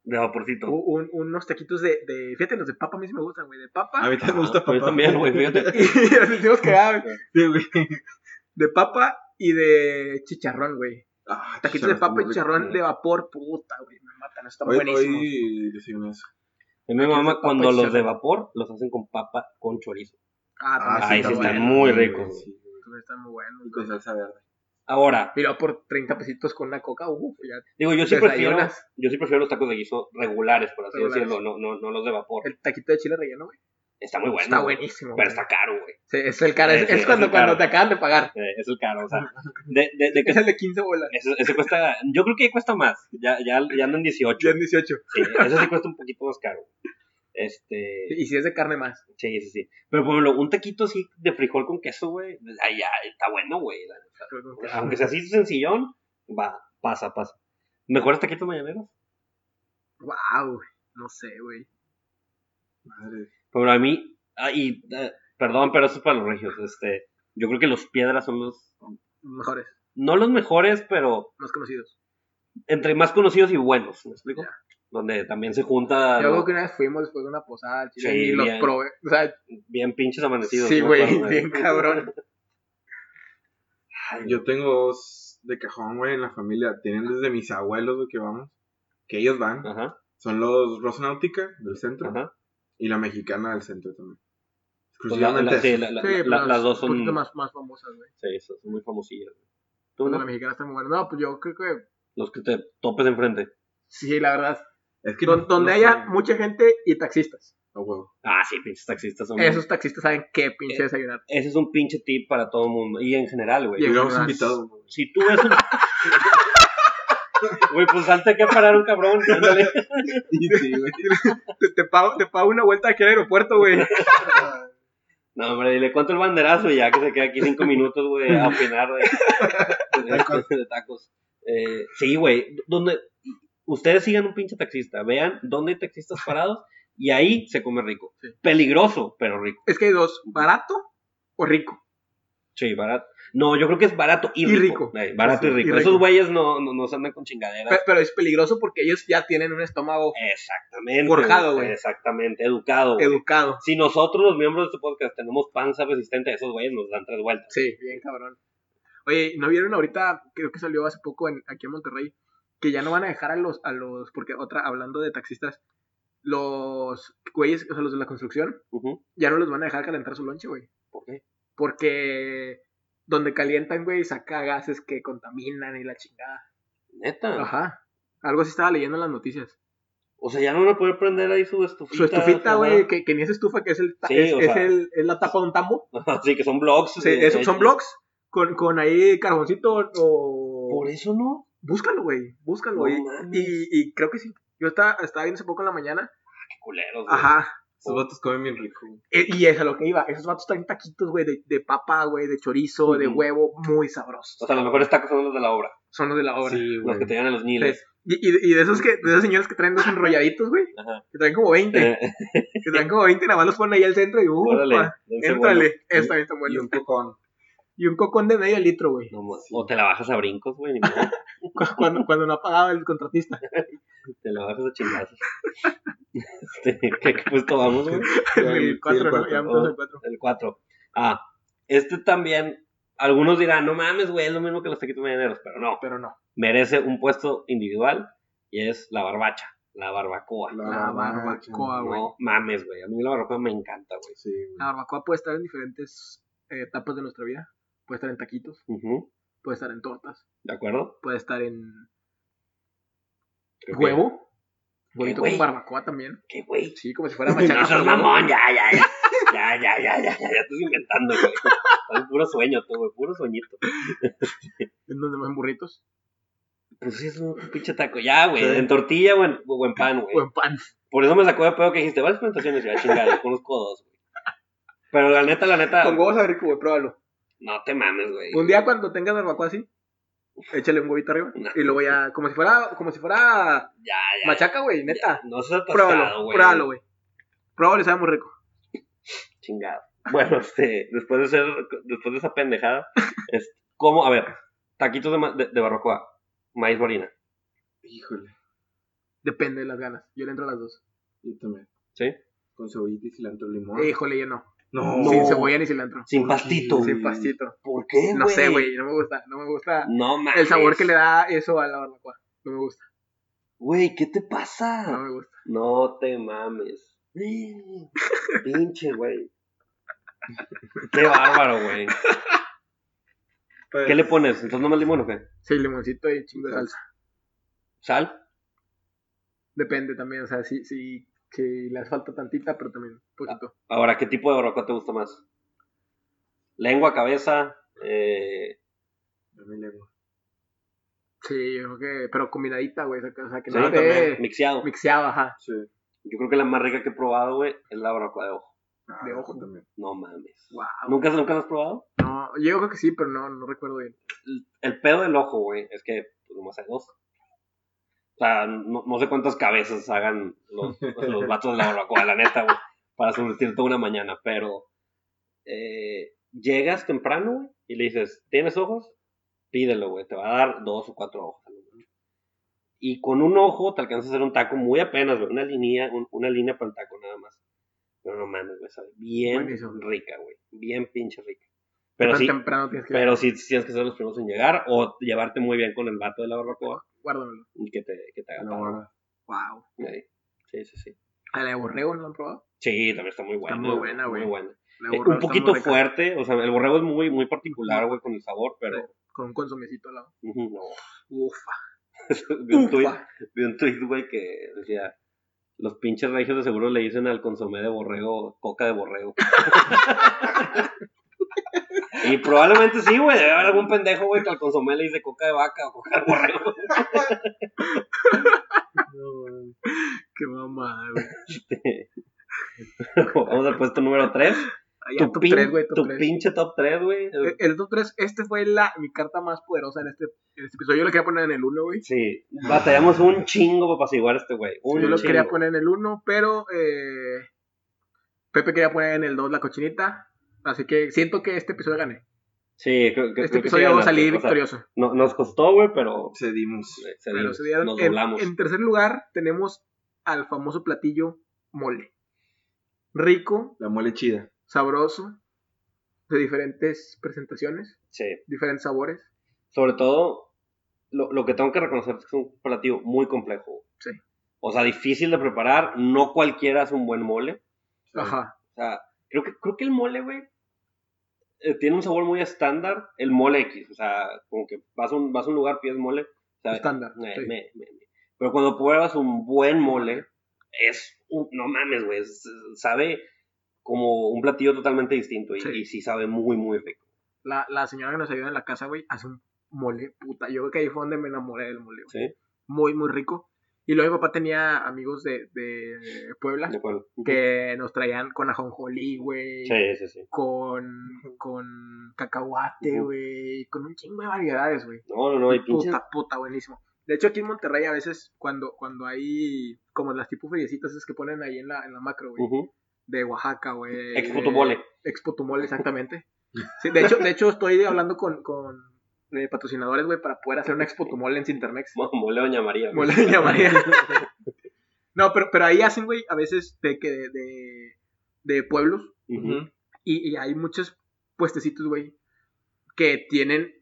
[SPEAKER 1] de vaporcito.
[SPEAKER 2] U- un- unos taquitos de, de. Fíjate, los de papa a mí sí me gustan, güey. De
[SPEAKER 3] A
[SPEAKER 2] papa.
[SPEAKER 3] mí también me gusta
[SPEAKER 1] Ah, pues
[SPEAKER 3] papá.
[SPEAKER 1] también, güey, fíjate.
[SPEAKER 2] y los sentimos cagados, güey.
[SPEAKER 3] Sí, güey.
[SPEAKER 2] De papa y de chicharrón, güey.
[SPEAKER 3] Ah,
[SPEAKER 2] Taquitos de papa y chicharrón
[SPEAKER 1] güey.
[SPEAKER 2] de vapor, puta, güey. Me matan, están
[SPEAKER 3] Hoy,
[SPEAKER 2] buenísimos.
[SPEAKER 3] hoy desayuné eso.
[SPEAKER 1] A mí me
[SPEAKER 2] Taquitos de
[SPEAKER 1] mama
[SPEAKER 2] papa
[SPEAKER 1] cuando
[SPEAKER 2] y
[SPEAKER 1] los de
[SPEAKER 2] chicharrón.
[SPEAKER 1] vapor los hacen con papa con chorizo.
[SPEAKER 2] Ah,
[SPEAKER 1] Ah,
[SPEAKER 2] también
[SPEAKER 1] sí,
[SPEAKER 2] están
[SPEAKER 1] está
[SPEAKER 2] buenos.
[SPEAKER 1] muy rico,
[SPEAKER 3] güey,
[SPEAKER 1] güey.
[SPEAKER 3] sí, güey.
[SPEAKER 2] También Están muy buenos.
[SPEAKER 3] Y con
[SPEAKER 2] güey.
[SPEAKER 3] salsa verde.
[SPEAKER 1] Ahora,
[SPEAKER 2] Mira, por 30 pesitos con una coca, uff, ya.
[SPEAKER 1] digo, yo sí, prefiero,
[SPEAKER 2] Desayunas.
[SPEAKER 1] yo sí prefiero los tacos de guiso regulares, por así
[SPEAKER 2] Regulares.
[SPEAKER 1] decirlo, no, no, no los de vapor.
[SPEAKER 2] El taquito de chile relleno, güey.
[SPEAKER 1] Está muy bueno.
[SPEAKER 2] está
[SPEAKER 1] güey,
[SPEAKER 2] buenísimo.
[SPEAKER 1] Pero
[SPEAKER 2] güey.
[SPEAKER 1] está caro, güey.
[SPEAKER 2] Sí, es el cara, es,
[SPEAKER 1] Sí, sí,
[SPEAKER 2] es
[SPEAKER 1] es
[SPEAKER 2] cuando,
[SPEAKER 1] el caro.
[SPEAKER 2] cuando te acaban de pagar.
[SPEAKER 1] Eh, Es el caro, o sea. De, de, de que
[SPEAKER 2] Es el de 15 bolas.
[SPEAKER 1] ese, ese cuesta, yo creo que cuesta más. Ya, ya, ya andan 18.
[SPEAKER 2] Ya en 18.
[SPEAKER 1] Sí, ese sí cuesta un poquito más caro. Este.
[SPEAKER 2] Y si es de carne más.
[SPEAKER 1] Sí, sí, sí. Pero por ejemplo, un taquito así de frijol con queso, güey. Ahí ya está bueno, güey. la neta. Aunque sea así sencillón, va, pasa, pasa. ¿Mejores taquitos mañaneros?
[SPEAKER 2] Wow, no sé, güey.
[SPEAKER 3] Madre.
[SPEAKER 1] Pero a mí, ah, y, eh, perdón, pero eso es para los regios. Este, yo creo que los piedras son los,
[SPEAKER 2] Mejores,
[SPEAKER 1] no los mejores, pero
[SPEAKER 2] más conocidos.
[SPEAKER 1] entre más conocidos y buenos, ¿me explico?
[SPEAKER 2] Ya.
[SPEAKER 1] Donde también se junta
[SPEAKER 2] Yo
[SPEAKER 1] Ah, ¿no?
[SPEAKER 2] creo que una vez fuimos después de una posada al chile
[SPEAKER 1] Sí,
[SPEAKER 2] y los
[SPEAKER 1] bien.
[SPEAKER 2] probé. O sea,
[SPEAKER 1] bien pinches amanecidos.
[SPEAKER 2] sí,
[SPEAKER 1] ¿no?
[SPEAKER 2] güey,
[SPEAKER 1] Cuando-
[SPEAKER 2] bien cabrón.
[SPEAKER 1] Ay,
[SPEAKER 3] Yo tengo dos de cajón, güey, en la familia. Tienen desde mis abuelos, güey, que vamos. Que ellos van.
[SPEAKER 1] Ajá,
[SPEAKER 3] Son los Rosanáutica del centro
[SPEAKER 1] ajá.
[SPEAKER 3] y la mexicana del centro también.
[SPEAKER 1] Pues la- la-
[SPEAKER 3] Exclusivamente
[SPEAKER 1] sí,
[SPEAKER 3] esas.
[SPEAKER 1] la- la-
[SPEAKER 2] Sí,
[SPEAKER 1] la-
[SPEAKER 2] pero
[SPEAKER 1] las dos son,
[SPEAKER 2] Un poquito más, más famosas, güey.
[SPEAKER 1] sí, son muy famosillas. ¿Tú,
[SPEAKER 2] Pues
[SPEAKER 1] no?
[SPEAKER 2] La mexicana está muy buena. No, pues yo creo que
[SPEAKER 1] Los que te topes enfrente.
[SPEAKER 2] sí, la verdad.
[SPEAKER 3] Es que
[SPEAKER 2] Don-
[SPEAKER 3] no-
[SPEAKER 2] donde
[SPEAKER 3] no
[SPEAKER 2] haya
[SPEAKER 3] saben.
[SPEAKER 2] mucha gente y taxistas.
[SPEAKER 3] A huevo.
[SPEAKER 1] Ah, sí, pinches taxistas son... Eh.
[SPEAKER 2] Esos taxistas saben qué pinche desayunar.
[SPEAKER 1] Ese es un pinche tip para todo el mundo. Y en general, güey.
[SPEAKER 2] Y en
[SPEAKER 3] Hubiéramos
[SPEAKER 2] general.
[SPEAKER 3] invitado. güey.
[SPEAKER 1] Si tú ves un. Güey, pues salte aquí a parar un cabrón. ándale.
[SPEAKER 3] Sí, sí, güey.
[SPEAKER 2] Te, te pago, te pago una vuelta aquí al aeropuerto, güey.
[SPEAKER 1] No, hombre, dile cuánto el banderazo y ya que se queda aquí cinco minutos, güey, a opinar de, de tacos. de tacos. Eh, sí, güey. Donde ustedes sigan un pinche taxista, vean dónde hay taxistas parados y ahí se come rico.
[SPEAKER 2] Sí.
[SPEAKER 1] Peligroso, pero rico.
[SPEAKER 2] Es que hay dos, barato o rico.
[SPEAKER 1] Sí, barato. No, yo creo que es barato y
[SPEAKER 2] Y
[SPEAKER 1] rico.
[SPEAKER 2] rico.
[SPEAKER 1] Eh, barato y
[SPEAKER 2] Sí, y
[SPEAKER 1] rico.
[SPEAKER 2] rico.
[SPEAKER 1] Esos güeyes no, no, no se andan con
[SPEAKER 2] Pe-
[SPEAKER 1] chingaderas.
[SPEAKER 2] Pero, es peligroso porque ellos ya tienen un estómago
[SPEAKER 1] Exactamente.
[SPEAKER 2] Forjado, güey.
[SPEAKER 1] Exactamente, educado. güey.
[SPEAKER 2] educado.
[SPEAKER 1] Si nosotros, los miembros de este podcast, tenemos panza resistente a esos güeyes, nos dan tres vueltas.
[SPEAKER 2] Sí, bien cabrón. Oye, ¿no vieron ahorita? Creo que salió hace poco en, aquí en Monterrey. Que ya no van a dejar a los, a los, porque otra, hablando de taxistas, los güeyes, o sea, los de la construcción,
[SPEAKER 1] Ujú.
[SPEAKER 2] ya no los van a dejar calentar su lonche, güey.
[SPEAKER 1] ¿Por qué?
[SPEAKER 2] Porque donde calientan, güey, saca gases que contaminan y la chingada.
[SPEAKER 1] Neta.
[SPEAKER 2] Ajá. Algo así estaba leyendo en las noticias.
[SPEAKER 1] O sea, ya no van a poder prender ahí su estufita.
[SPEAKER 2] Su estufita,
[SPEAKER 1] ajá.
[SPEAKER 2] güey, que, que ni es estufa, que es, el, ta-
[SPEAKER 1] Sí,
[SPEAKER 2] es,
[SPEAKER 1] o
[SPEAKER 2] es
[SPEAKER 1] sea.
[SPEAKER 2] el- es la tapa de un tambo.
[SPEAKER 1] sí, que son blogs.
[SPEAKER 2] Sí,
[SPEAKER 1] de-
[SPEAKER 2] es-
[SPEAKER 1] de-
[SPEAKER 2] son blogs con, con ahí carboncito o...
[SPEAKER 1] Por eso no.
[SPEAKER 2] Búscalo, güey, búscalo.
[SPEAKER 1] No
[SPEAKER 2] y,
[SPEAKER 1] mames.
[SPEAKER 2] y- y creo que sí. Yo estaba, estaba viendo hace poco en la mañana.
[SPEAKER 1] Qué culeros. güey.
[SPEAKER 2] Ajá.
[SPEAKER 3] Esos vatos comen bien rico. güey.
[SPEAKER 2] E- Y es a lo que iba. Esos vatos están taquitos, güey, de, de papa, güey, de chorizo, de
[SPEAKER 1] Ujú.
[SPEAKER 2] huevo, muy sabrosos.
[SPEAKER 1] O sea, los mejores tacos son los de la obra.
[SPEAKER 2] Son los de la obra.
[SPEAKER 3] Sí,
[SPEAKER 1] Los
[SPEAKER 3] güey.
[SPEAKER 1] que te llevan a los niles.
[SPEAKER 2] Sí. Y, y- y de esos que, de esos señores que traen los enrolladitos, güey,
[SPEAKER 1] Ajá.
[SPEAKER 2] que traen como 20,
[SPEAKER 1] Eh,
[SPEAKER 2] que traen como 20 y nada más los ponen ahí al centro y uh,
[SPEAKER 1] órale. dense
[SPEAKER 2] entrale,
[SPEAKER 1] vuelo.
[SPEAKER 2] esta está
[SPEAKER 3] Y
[SPEAKER 2] bueno.
[SPEAKER 3] un cocón.
[SPEAKER 2] y un cocón de medio litro, güey.
[SPEAKER 1] No, mo- o te la bajas a brincos, güey, ni modo,
[SPEAKER 2] Cu- Cuando, cuando no ha pagado el contratista.
[SPEAKER 1] te la bajas a chingazos. Este, ¿Qué qué puesto vamos, güey?
[SPEAKER 2] El
[SPEAKER 3] el
[SPEAKER 2] 4, ¿no?
[SPEAKER 3] cuatro. Oh.
[SPEAKER 2] Ya vamos al 4.
[SPEAKER 1] El 4. Ah, este también, algunos dirán, no mames, güey, es lo mismo que los taquitos mañaneros, pero no,
[SPEAKER 2] Pero no.
[SPEAKER 1] merece un puesto individual y es la barbacha, la barbacoa.
[SPEAKER 3] La
[SPEAKER 2] La barbacoa,
[SPEAKER 3] barbacha.
[SPEAKER 2] Ah, güey.
[SPEAKER 1] No mames, güey, a mí la barbacoa me encanta, güey.
[SPEAKER 3] Sí, güey.
[SPEAKER 2] La barbacoa puede estar en diferentes eh, etapas de nuestra vida. Puede estar en taquitos,
[SPEAKER 1] Ujú,
[SPEAKER 2] puede estar en tortas,
[SPEAKER 1] ¿De acuerdo?
[SPEAKER 2] puede estar en
[SPEAKER 1] Creo que-
[SPEAKER 2] huevo.
[SPEAKER 1] que,
[SPEAKER 2] Huevito
[SPEAKER 1] güey,
[SPEAKER 2] con barbacoa también.
[SPEAKER 1] que, güey,
[SPEAKER 2] Sí, como si fuera
[SPEAKER 1] No
[SPEAKER 2] machaca.
[SPEAKER 1] seas mamón, ya, ya, ya. Ya, ya, ya, ya, ya, ya estás inventando, güey. Es puro sueño, tú, güey, puro sueñito.
[SPEAKER 2] En donde más burritos.
[SPEAKER 1] Pues sí, es un pinche taco, ya, güey,
[SPEAKER 3] Sí.
[SPEAKER 1] en tortilla o en, o en pan, güey.
[SPEAKER 2] O en pan.
[SPEAKER 1] Por eso me sacó de pedo que dijiste, varias presentaciones, ya, chingada, yo conozco dos, güey. Pero la neta, la neta,
[SPEAKER 2] Con huevos a rico, güey, pruébalo.
[SPEAKER 1] no te mames, güey.
[SPEAKER 2] Un día cuando tengas barbacoa así, échale un huevito arriba.
[SPEAKER 1] No.
[SPEAKER 2] Y luego ya, como si fuera, como si fuera
[SPEAKER 1] Ya, ya,
[SPEAKER 2] machaca, güey, neta.
[SPEAKER 1] no seas atascado,
[SPEAKER 2] Pruébalo,
[SPEAKER 1] güey.
[SPEAKER 2] pruébalo, güey. Pruébalo y sabe muy rico.
[SPEAKER 1] Chingado. Bueno, este, después de ser, después de esa pendejada, es, ¿cómo? A ver, taquitos de, ma- de, de barbacoa, maíz marina,
[SPEAKER 3] Híjole.
[SPEAKER 2] Depende de las ganas. Yo le entro a las dos.
[SPEAKER 3] Yo también.
[SPEAKER 1] ¿sí?
[SPEAKER 3] Con cebollita y cilantro limón.
[SPEAKER 2] Híjole, yo no.
[SPEAKER 3] no.
[SPEAKER 1] No.
[SPEAKER 2] Sin cebolla ni cilantro.
[SPEAKER 1] Sin pastito.
[SPEAKER 3] Sí.
[SPEAKER 2] Sin pastito.
[SPEAKER 1] ¿Por qué,
[SPEAKER 2] No sé, güey, no me gusta. No me gusta
[SPEAKER 1] No mames.
[SPEAKER 2] el sabor que le da eso a la barbacoa. No me gusta,
[SPEAKER 1] Güey, ¿qué te
[SPEAKER 2] no
[SPEAKER 1] pasa?
[SPEAKER 2] me gusta.
[SPEAKER 1] No te mames. Pinche, güey. Qué bárbaro, güey.
[SPEAKER 3] Pues,
[SPEAKER 1] ¿Qué le pones? ¿Entonces nomás limón o qué?
[SPEAKER 2] Sí, limoncito y chingo de salsa.
[SPEAKER 1] ¿Sal?
[SPEAKER 2] Depende también, o sea, si, si, si le hace falta tantita, pero también poquito.
[SPEAKER 1] Ahora, ¿qué tipo de barbacoa te gusta más? Lengua, cabeza, eh,
[SPEAKER 3] a mí le gusta.
[SPEAKER 2] Sí, yo creo que, pero combinadita, güey, o sea, que- o sea, que
[SPEAKER 1] sí,
[SPEAKER 2] no
[SPEAKER 1] también,
[SPEAKER 2] te
[SPEAKER 1] mixeado.
[SPEAKER 2] mixeaba, ajá.
[SPEAKER 3] Sí.
[SPEAKER 1] Yo creo que la más rica que he probado, güey, es la barbacoa de ojo.
[SPEAKER 3] Ah,
[SPEAKER 2] De ojo.
[SPEAKER 3] también.
[SPEAKER 1] No mames.
[SPEAKER 2] Wow.
[SPEAKER 1] ¿Nunca, ¿Nunca la has probado?
[SPEAKER 2] No, yo creo que sí, pero no, no recuerdo bien.
[SPEAKER 1] el pedo del ojo, güey, es que pues, nomás hay dos. O sea, no, no sé cuántas cabezas hagan los, pues, los vatos de la barbacoa, la neta, güey, para subsistir toda una mañana, pero eh, llegas temprano, güey, y le dices, ¿tienes ojos? Pídelo, güey, te va a dar dos o cuatro ojos. a lo mucho. Y con un ojo te alcanzas a hacer un taco muy apenas, güey, una línea, un- una línea para el taco nada más. Pero no mames, güey, sabe bien
[SPEAKER 2] Buenísimo.
[SPEAKER 1] rica, güey, bien pinche rica.
[SPEAKER 2] Pero
[SPEAKER 1] Pero sí,
[SPEAKER 2] temprano tienes que
[SPEAKER 1] pero sí sí tienes que ser los primeros en llegar o llevarte muy bien con el vato de la barbacoa
[SPEAKER 2] guárdamelo.
[SPEAKER 1] y que te, que te
[SPEAKER 3] A
[SPEAKER 1] haga
[SPEAKER 3] la
[SPEAKER 1] paro.
[SPEAKER 3] hora.
[SPEAKER 2] Wow.
[SPEAKER 1] Ahí. Sí, sí, sí.
[SPEAKER 2] ¿A la de borrego no la han probado?
[SPEAKER 1] Sí, también está muy buena.
[SPEAKER 2] muy buena, güey.
[SPEAKER 1] Muy buena.
[SPEAKER 2] La de
[SPEAKER 1] Eh,
[SPEAKER 2] borrego
[SPEAKER 1] un
[SPEAKER 2] está muy
[SPEAKER 1] poquito
[SPEAKER 2] rica,
[SPEAKER 1] fuerte, o sea, el borrego es muy, muy particular, güey, con el sabor, pero...
[SPEAKER 2] Con un consomecito al lado.
[SPEAKER 1] ujú, no.
[SPEAKER 2] Ufa.
[SPEAKER 1] vi, un tuit,
[SPEAKER 2] ufa.
[SPEAKER 1] vi un tuit, güey, que decía... Los pinches regios de seguro le dicen al consomé de borrego, coca de borrego. y probablemente sí, güey, debe haber algún pendejo, güey, que al consomé le dice coca de vaca o coca de borrego.
[SPEAKER 3] No,
[SPEAKER 2] Qué mamada, güey.
[SPEAKER 1] Vamos al puesto número 3.
[SPEAKER 2] Ay, ya,
[SPEAKER 1] tu,
[SPEAKER 2] top
[SPEAKER 1] pin-
[SPEAKER 2] 3, güey, top
[SPEAKER 1] tu
[SPEAKER 2] 3.
[SPEAKER 1] pinche top 3, güey.
[SPEAKER 2] El, el top 3, este fue la, mi carta más poderosa en este, en este episodio. Yo lo quería poner en el 1, güey.
[SPEAKER 1] Sí, batallamos un chingo para apaciguar a este güey. Un
[SPEAKER 2] Yo lo
[SPEAKER 1] chingo.
[SPEAKER 2] quería poner en el 1, pero eh, Pepe quería poner en el 2 la cochinita. Así que siento que este episodio gané.
[SPEAKER 1] Sí, creo, creo- creo
[SPEAKER 2] Este
[SPEAKER 1] que sí
[SPEAKER 2] episodio
[SPEAKER 1] ganaste,
[SPEAKER 2] salí
[SPEAKER 1] o sea,
[SPEAKER 2] victorioso.
[SPEAKER 1] no- nos costó, güey, pero
[SPEAKER 3] Cedimos.
[SPEAKER 1] eh,
[SPEAKER 2] Pero
[SPEAKER 1] cedimos,
[SPEAKER 2] se dieron-
[SPEAKER 1] nos
[SPEAKER 2] en-
[SPEAKER 1] doblamos.
[SPEAKER 2] en, tercer lugar tenemos al famoso platillo mole. Rico,
[SPEAKER 3] La mole chida.
[SPEAKER 2] sabroso, de diferentes presentaciones,
[SPEAKER 1] Sí.
[SPEAKER 2] diferentes sabores.
[SPEAKER 1] Sobre todo, lo, lo que tengo que reconocer es que es un platillo muy complejo.
[SPEAKER 2] Sí.
[SPEAKER 1] O sea, difícil de preparar. No cualquiera hace un buen mole.
[SPEAKER 2] Ajá.
[SPEAKER 1] O sea, creo que, creo que el mole, güey, eh, tiene un sabor muy estándar. El mole X, o sea, como que vas a un, vas a un lugar, pides mole. o sea,
[SPEAKER 2] Estándar.
[SPEAKER 1] me-
[SPEAKER 2] sí.
[SPEAKER 1] me- me- me. Pero cuando pruebas un buen mole, es un- no mames, güey, es- sabe como un platillo totalmente distinto y
[SPEAKER 2] Sí.
[SPEAKER 1] y sí, sabe muy, muy rico.
[SPEAKER 2] la, la señora que nos ayuda en la casa, güey, hace un mole, puta. Yo creo que ahí fue donde me enamoré del mole, güey.
[SPEAKER 1] Sí,
[SPEAKER 2] Muy, muy rico. Y luego mi papá tenía amigos de, de Puebla
[SPEAKER 1] de acuerdo.
[SPEAKER 2] que nos traían con ajonjolí, güey.
[SPEAKER 1] Sí, sí, sí.
[SPEAKER 2] Con, con cacahuate,
[SPEAKER 1] Ujú.
[SPEAKER 2] güey. Con un chingo de variedades, güey.
[SPEAKER 1] No, no, no, hay pinches.
[SPEAKER 2] Puta, puta, buenísimo. De hecho, aquí en Monterrey a veces cuando, cuando hay como las tipo feriecitas es que ponen ahí en la, en la macro, güey. Eh,
[SPEAKER 1] Ujú.
[SPEAKER 2] De Oaxaca, güey.
[SPEAKER 1] Expo tu mole.
[SPEAKER 2] Expo tu mole, exactamente. Sí, de hecho, de hecho estoy hablando con, con eh, patrocinadores, güey, para poder hacer una expo tu mole en Cintermex.
[SPEAKER 1] Mo- Mole Doña María. güey.
[SPEAKER 2] Mole de Doña María. No, pero, pero ahí hacen, güey, a veces de que de, de, de pueblos
[SPEAKER 1] Ujú.
[SPEAKER 2] y, y hay muchos puestecitos, güey, que tienen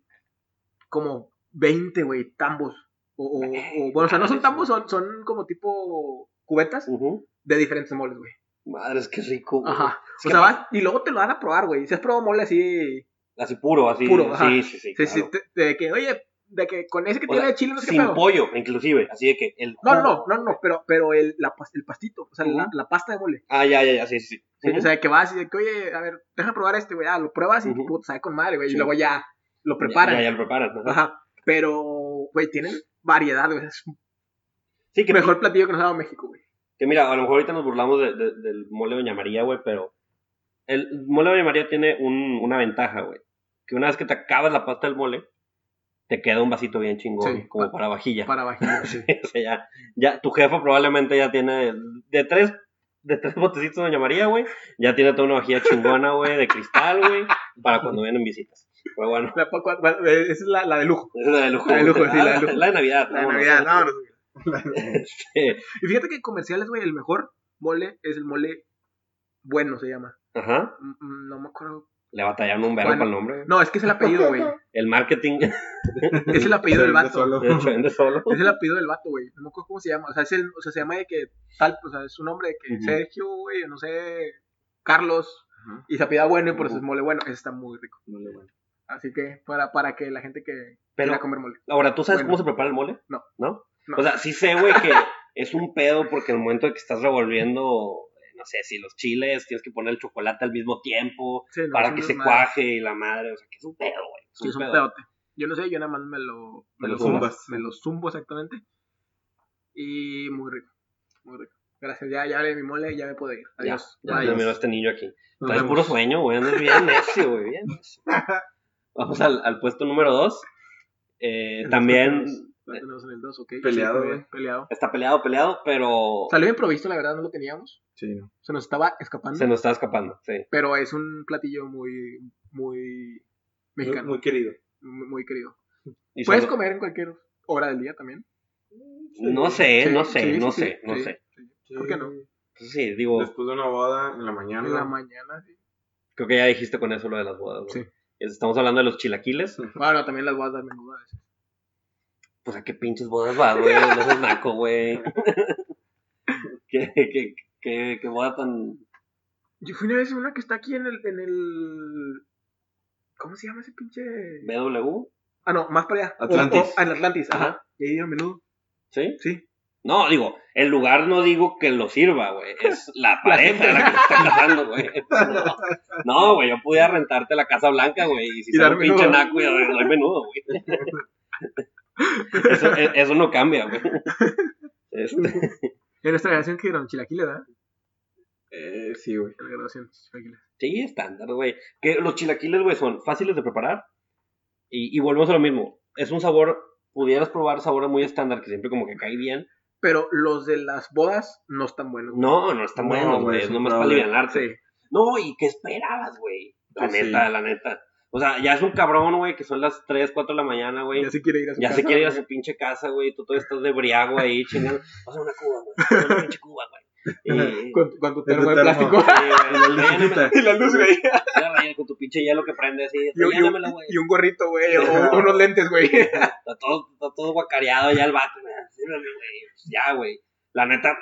[SPEAKER 2] como 20, güey, tambos. O, o- o- bueno, o sea, no son tambos, son, son como tipo cubetas
[SPEAKER 1] Ujú.
[SPEAKER 2] de diferentes moles, güey.
[SPEAKER 1] Madres, qué rico. güey.
[SPEAKER 2] Ajá.
[SPEAKER 1] Es
[SPEAKER 2] O
[SPEAKER 1] que-
[SPEAKER 2] sea, vas y luego te lo van a probar, güey. Si has probado mole así,
[SPEAKER 1] Así puro, así.
[SPEAKER 2] Puro, ajá.
[SPEAKER 1] sí, sí, sí.
[SPEAKER 2] sí,
[SPEAKER 1] claro.
[SPEAKER 2] sí, te- de que, oye, de que con ese que
[SPEAKER 1] O
[SPEAKER 2] tiene
[SPEAKER 1] sea,
[SPEAKER 2] de chile no sé qué
[SPEAKER 1] Sin
[SPEAKER 2] pedo.
[SPEAKER 1] pollo, inclusive. Así de que el.
[SPEAKER 2] No,
[SPEAKER 1] jugo-
[SPEAKER 2] no, no, no, pero, pero el, la, pas- el pastito, o sea, la,
[SPEAKER 1] Ujú.
[SPEAKER 2] la pasta de mole.
[SPEAKER 1] Ah, ya, ya, ya, sí, sí.
[SPEAKER 2] Sí,
[SPEAKER 1] Ujú.
[SPEAKER 2] O sea, que vas y de que, oye, a ver, déjame probar este, güey. Ah, lo pruebas y
[SPEAKER 1] Ujú.
[SPEAKER 2] puta, sabe con madre, güey. Y
[SPEAKER 1] Sí.
[SPEAKER 2] luego ya lo preparan.
[SPEAKER 1] Ya, ya lo preparan. ajá.
[SPEAKER 2] Ajá. Pero, güey, tienen variedad, güey. Es el
[SPEAKER 1] Sí, que,
[SPEAKER 2] mejor platillo que nos ha dado México, güey.
[SPEAKER 1] que mira, a lo mejor ahorita nos burlamos de- de- del mole Doña María, güey, pero el mole Doña María tiene un- una ventaja, güey. Que una vez que te acabas la pasta del mole, te queda un vasito bien chingón,
[SPEAKER 2] Sí,
[SPEAKER 1] como
[SPEAKER 2] pa-
[SPEAKER 1] para vajilla.
[SPEAKER 2] Para bajar, sí.
[SPEAKER 1] o sea, ya, ya, tu jefa probablemente ya tiene de tres, de tres botecitos de Doña María, güey. Ya tiene toda una vajilla chingona, güey, de cristal, güey, para cuando vienen visitas. Pero bueno,
[SPEAKER 2] La- cu- cu- cu- eh, Esa es la, la de lujo.
[SPEAKER 1] esa es la de lujo.
[SPEAKER 2] La de lujo,
[SPEAKER 1] güey.
[SPEAKER 2] sí, la de
[SPEAKER 1] Ah,
[SPEAKER 2] lujo.
[SPEAKER 1] La de Navidad.
[SPEAKER 2] La de
[SPEAKER 1] vámonos.
[SPEAKER 2] Navidad, no, no.
[SPEAKER 1] Sí.
[SPEAKER 2] Y fíjate que comerciales, güey, el mejor mole es el mole bueno, se llama.
[SPEAKER 1] Ajá.
[SPEAKER 2] Mm, mm, No me acuerdo.
[SPEAKER 1] Le batallaron un verbo
[SPEAKER 2] Bueno.
[SPEAKER 1] para el nombre. güey.
[SPEAKER 2] No, es que es el apellido, güey.
[SPEAKER 1] El marketing, de
[SPEAKER 2] Es el apellido del vato.
[SPEAKER 3] Solo.
[SPEAKER 1] hecho, vende solo.
[SPEAKER 2] Es el apellido del vato, güey. No me acuerdo cómo se llama. O sea, es el, o sea, se llama de que tal, o sea, es un nombre de que
[SPEAKER 1] Ujú.
[SPEAKER 2] Sergio, güey, no sé, Carlos.
[SPEAKER 3] Ajá.
[SPEAKER 2] Y se apellida bueno y por eso
[SPEAKER 3] Ujú.
[SPEAKER 2] es mole bueno. Ese está muy rico.
[SPEAKER 3] Mole bueno.
[SPEAKER 2] Así que para, para que la gente que
[SPEAKER 1] Pero-
[SPEAKER 2] quiera comer mole.
[SPEAKER 1] Ahora, ¿tú sabes
[SPEAKER 2] Bueno.
[SPEAKER 1] cómo se prepara el mole?
[SPEAKER 2] No.
[SPEAKER 1] ¿No?
[SPEAKER 2] No.
[SPEAKER 1] O sea, sí sé, güey, que es un pedo porque el momento de que estás revolviendo, eh, no sé, si los chiles, tienes que poner el chocolate al mismo tiempo
[SPEAKER 2] Sí, no, es
[SPEAKER 1] para
[SPEAKER 2] un
[SPEAKER 1] que se
[SPEAKER 2] desmadre.
[SPEAKER 1] cuaje y la madre. O sea, que es un pedo, güey.
[SPEAKER 2] Sí, es un pedote. Yo no sé, yo nada más me lo, me
[SPEAKER 1] Te lo
[SPEAKER 2] lo zumbo.
[SPEAKER 3] zumbas.
[SPEAKER 2] Me lo zumbo exactamente. Y muy rico. Muy rico. Gracias. Ya, ya hablé mi mole ya me puedo ir.
[SPEAKER 1] Ya,
[SPEAKER 2] Adiós.
[SPEAKER 1] ya
[SPEAKER 2] Bye.
[SPEAKER 1] terminó este niño aquí.
[SPEAKER 3] Nos
[SPEAKER 1] Traes
[SPEAKER 3] vemos.
[SPEAKER 1] puro sueño, güey. Andas bien necio, güey. Bien necio. Vamos al, al puesto número dos. Eh,
[SPEAKER 2] Entonces,
[SPEAKER 1] también
[SPEAKER 2] lo tenemos en el dos, ok.
[SPEAKER 3] Peleado,
[SPEAKER 2] Sí, muy bien,
[SPEAKER 3] güey.
[SPEAKER 2] Peleado.
[SPEAKER 1] está peleado, peleado, pero
[SPEAKER 2] Salió improviso, la verdad, no lo teníamos.
[SPEAKER 3] Sí, no.
[SPEAKER 2] Se nos estaba escapando.
[SPEAKER 1] se nos está escapando. Sí.
[SPEAKER 2] Pero es un platillo muy, muy
[SPEAKER 3] Muy,
[SPEAKER 2] mexicano,
[SPEAKER 3] muy querido.
[SPEAKER 2] muy, muy querido.
[SPEAKER 1] Y
[SPEAKER 2] Puedes
[SPEAKER 1] sobre-
[SPEAKER 2] comer en cualquier hora del día también.
[SPEAKER 1] No sé, ¿eh?
[SPEAKER 2] Sí,
[SPEAKER 1] no sé,
[SPEAKER 2] sí,
[SPEAKER 1] no
[SPEAKER 2] sí,
[SPEAKER 1] sé,
[SPEAKER 2] sí,
[SPEAKER 1] no
[SPEAKER 2] sí.
[SPEAKER 1] sé.
[SPEAKER 3] Sí.
[SPEAKER 2] ¿Por qué no?
[SPEAKER 1] Sí, digo,
[SPEAKER 3] Después de una boda en la mañana.
[SPEAKER 2] En la mañana, sí.
[SPEAKER 1] creo que ya dijiste con eso lo de las bodas. ¿no?
[SPEAKER 2] Sí.
[SPEAKER 1] Estamos hablando de los chilaquiles.
[SPEAKER 2] Bueno, también las voy a dar menudas.
[SPEAKER 1] Pues a qué pinches bodas vas, güey. No seas naco, güey. ¿Qué, qué, qué, qué boda tan.
[SPEAKER 2] Yo fui una vez a una que está aquí en el, en el... ¿Cómo se llama ese pinche...?
[SPEAKER 1] ¿BW?
[SPEAKER 2] Ah, no, más para allá. O-
[SPEAKER 3] Atlantis.
[SPEAKER 2] o- en Atlantis, ajá. Y ahí dieron menudo,
[SPEAKER 1] ¿Sí?
[SPEAKER 2] sí.
[SPEAKER 1] No, digo, el lugar no digo que lo sirva, güey. Es la pareja la, que se está casando, güey. No. No, güey, yo pudiera rentarte la Casa Blanca, güey. Y si
[SPEAKER 2] Y
[SPEAKER 1] sale
[SPEAKER 2] dar
[SPEAKER 1] un pinche
[SPEAKER 2] menudo.
[SPEAKER 1] naco, y doy doy menudo, güey. Eso, e- eso no cambia, güey. Este,
[SPEAKER 2] En nuestra graduación que dieron chilaquiles, ¿verdad?
[SPEAKER 3] Eh, sí, güey.
[SPEAKER 2] En la graduación, chilaquiles.
[SPEAKER 1] sí, estándar, güey. Que los chilaquiles, güey, son fáciles de preparar. Y, y volvemos a lo mismo. Es un sabor, pudieras probar sabores muy estándar que siempre como que cae bien.
[SPEAKER 2] Pero los de las bodas no están buenos.
[SPEAKER 1] No, no están
[SPEAKER 3] No,
[SPEAKER 1] buenos,
[SPEAKER 3] güey,
[SPEAKER 1] güey.
[SPEAKER 3] es
[SPEAKER 1] Es
[SPEAKER 3] un
[SPEAKER 1] nomás para
[SPEAKER 3] fraude.
[SPEAKER 1] alivianarte.
[SPEAKER 2] Sí.
[SPEAKER 1] No, ¿y qué esperabas, güey? La
[SPEAKER 3] Pues sí.
[SPEAKER 1] neta, la neta. O sea, ya es un cabrón, güey, que son las 3, 4 de la mañana, güey.
[SPEAKER 2] Ya
[SPEAKER 1] Ya,
[SPEAKER 2] se quiere ir a su casa.
[SPEAKER 1] se quiere ir a
[SPEAKER 2] güey.
[SPEAKER 1] su pinche casa, güey. Tú todo estás de briago ahí, chingando. Pasa una cuba, güey. Pásame una pinche cuba, güey. Y-
[SPEAKER 2] Con, con tu
[SPEAKER 3] Este
[SPEAKER 2] termo de
[SPEAKER 3] termo.
[SPEAKER 2] plástico.
[SPEAKER 1] Sí, güey, llénamela,
[SPEAKER 2] y la luz, güey.
[SPEAKER 1] llénamela, Con tu pinche hielo que prende así.
[SPEAKER 2] Y, un- y un-
[SPEAKER 1] Llénamela, güey.
[SPEAKER 2] y un gorrito, güey, o, o unos lentes, güey.
[SPEAKER 1] Está todo, está todo guacareado ya el vato, güey. Llévame, güey. Pues Ya, güey. La neta,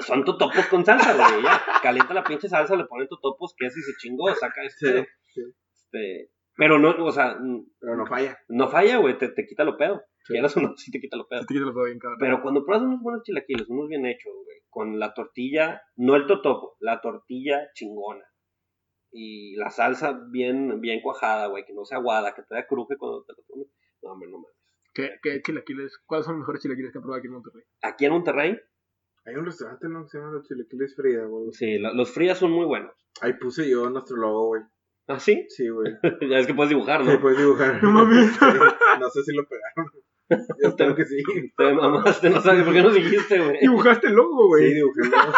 [SPEAKER 1] son totopos con salsa, güey. Ya, calienta la pinche salsa, le ponen totopos, que es y se chingó, saca
[SPEAKER 3] Sí,
[SPEAKER 1] este. este pero no, o sea, mm,
[SPEAKER 3] Pero no falla.
[SPEAKER 1] no falla, güey, te, te quita lo pedo.
[SPEAKER 3] Sí.
[SPEAKER 1] Quieras o no, sí te quita lo pedo.
[SPEAKER 2] Este que se lo fue bien, cabrón.
[SPEAKER 1] Pero cuando pruebas unos buenos chilaquiles, unos bien hechos, güey, con la tortilla, no el totopo, la tortilla chingona. Y la salsa bien, bien cuajada, güey, que no sea aguada, que te da cruje cuando te lo comes. No, hombre, no mames.
[SPEAKER 2] ¿Qué, qué chilaquiles? ¿Cuáles son los mejores chilaquiles que han probado aquí en Monterrey?
[SPEAKER 1] Aquí en Monterrey,
[SPEAKER 3] Hay un restaurante, ¿no? Que se llama Los Chilequiles Frida, güey.
[SPEAKER 1] Sí, lo- los frías son muy buenos.
[SPEAKER 3] Ahí puse yo nuestro logo, güey.
[SPEAKER 1] ¿Ah, sí?
[SPEAKER 3] Sí, güey.
[SPEAKER 1] ya es que puedes dibujar,
[SPEAKER 3] Sí,
[SPEAKER 1] ¿no?
[SPEAKER 3] puedes dibujar.
[SPEAKER 2] No mames.
[SPEAKER 3] Sí, No sé si lo pegaron. Yo espero que sí.
[SPEAKER 1] Te mamaste, no sabes por qué no dijiste, güey.
[SPEAKER 2] Dibujaste el logo,
[SPEAKER 3] Sí,
[SPEAKER 2] güey.
[SPEAKER 3] dibujé el logo.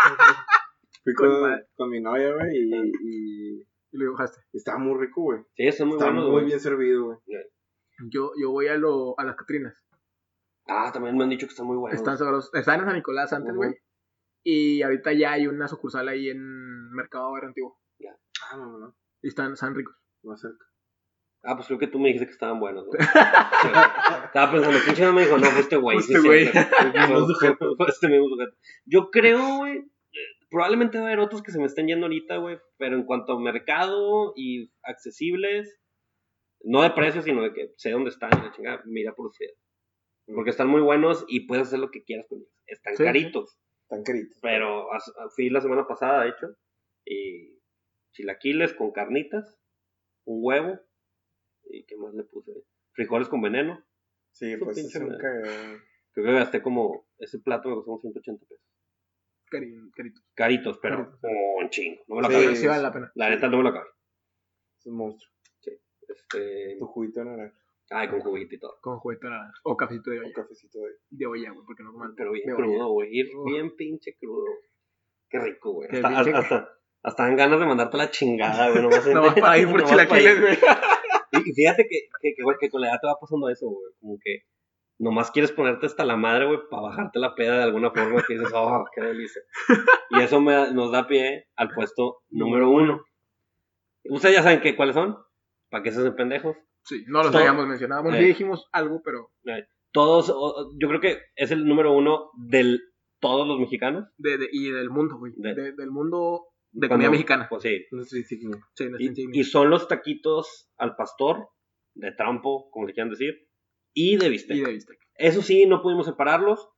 [SPEAKER 3] Fui
[SPEAKER 2] Con
[SPEAKER 3] con,
[SPEAKER 2] madre.
[SPEAKER 3] con mi novia, güey, y, y
[SPEAKER 2] y lo dibujaste.
[SPEAKER 3] Está muy rico, güey.
[SPEAKER 1] Sí, está muy
[SPEAKER 3] Está
[SPEAKER 1] bueno,
[SPEAKER 3] muy
[SPEAKER 1] güey.
[SPEAKER 3] bien servido, güey.
[SPEAKER 2] Yo, yo voy a, lo, a las Catrinas.
[SPEAKER 1] Ah, también me han dicho que está muy bueno.
[SPEAKER 2] Están sabrosos. Estaban en San Nicolás antes,
[SPEAKER 1] Ujú.
[SPEAKER 2] güey. Y ahorita ya hay una sucursal ahí en Mercado Barrio Antiguo.
[SPEAKER 3] Ah, no, no,
[SPEAKER 2] Y están, están ricos.
[SPEAKER 3] más cerca.
[SPEAKER 1] Ah, pues creo que tú me dijiste que estaban buenos, güey. Sí. Estaba pensando, pinche no me dijo, no, fue este güey.
[SPEAKER 2] Fue este güey.
[SPEAKER 1] mismo sujeto. Fue este mismo sujeto. Yo creo, güey, eh, probablemente va a haber otros que se me estén yendo ahorita, güey, pero en cuanto a mercado y accesibles, no de precio, sino de que sé dónde están, y la chingada, mira por usted. Porque están muy buenos y puedes hacer lo que quieras con ellos. Están
[SPEAKER 2] Mm. Sí, sí.
[SPEAKER 1] caritos.
[SPEAKER 3] Tan queridos.
[SPEAKER 1] Pero as- fui la semana pasada, de hecho, y chilaquiles con carnitas, un huevo, y qué más le puse, frijoles con veneno.
[SPEAKER 3] Sí,
[SPEAKER 1] Su
[SPEAKER 3] pues es
[SPEAKER 1] pinche
[SPEAKER 3] un
[SPEAKER 1] madre.
[SPEAKER 3] cagadero.
[SPEAKER 1] Creo que gasté como, ese plato me costó como 180 pesos.
[SPEAKER 2] Cari- Caritos.
[SPEAKER 1] Caritos, pero
[SPEAKER 2] Caritos.
[SPEAKER 1] un chingo, no me lo
[SPEAKER 3] Sí.
[SPEAKER 1] acabé.
[SPEAKER 2] Pero sí vale la pena.
[SPEAKER 1] La neta no me lo acabé.
[SPEAKER 3] Es un monstruo.
[SPEAKER 1] Este,
[SPEAKER 3] Tu juguito de naranja.
[SPEAKER 1] ay, con juguito y todo.
[SPEAKER 2] Con juguete naranja. O cafecito de
[SPEAKER 3] Un
[SPEAKER 2] olla.
[SPEAKER 3] cafecito de.
[SPEAKER 2] De olla, güey, porque no coman.
[SPEAKER 1] Pero bien
[SPEAKER 2] De olla.
[SPEAKER 1] crudo, güey, ir
[SPEAKER 2] Uf.
[SPEAKER 1] bien pinche crudo. Qué rico, güey.
[SPEAKER 2] Qué
[SPEAKER 1] Hasta,
[SPEAKER 2] pinche-
[SPEAKER 1] hasta, hasta, hasta dan ganas de mandarte la chingada, güey. Nomás,
[SPEAKER 2] No vas para ir por
[SPEAKER 1] nomás para
[SPEAKER 2] chilaquiles, güey.
[SPEAKER 1] Y y fíjate que, que, que, güey, que con la edad te va pasando eso, güey. Como que nomás quieres ponerte hasta la madre, güey, para bajarte la peda de alguna forma que dices, oh, qué delicia. Y eso me, da- nos da pie al puesto número uno. Ustedes ya saben que, cuáles son, para que se hacen pendejos.
[SPEAKER 2] Sí, no los
[SPEAKER 1] Todo.
[SPEAKER 2] habíamos mencionado. Bueno,
[SPEAKER 1] Eh.
[SPEAKER 2] ya dijimos algo, pero
[SPEAKER 1] Todos, o- o- yo creo que es el número uno del todos los mexicanos.
[SPEAKER 2] de, de- y del mundo, güey.
[SPEAKER 1] De-
[SPEAKER 2] De- del mundo de
[SPEAKER 1] Cuando-
[SPEAKER 2] comida mexicana.
[SPEAKER 1] Pues sí.
[SPEAKER 3] Nuestra insignia.
[SPEAKER 2] Sí, no es
[SPEAKER 1] Y,
[SPEAKER 2] insignia.
[SPEAKER 1] y son los taquitos al pastor, de trampo, como le quieran decir, y de bistec.
[SPEAKER 2] Y de bistec.
[SPEAKER 1] Eso sí, no pudimos separarlos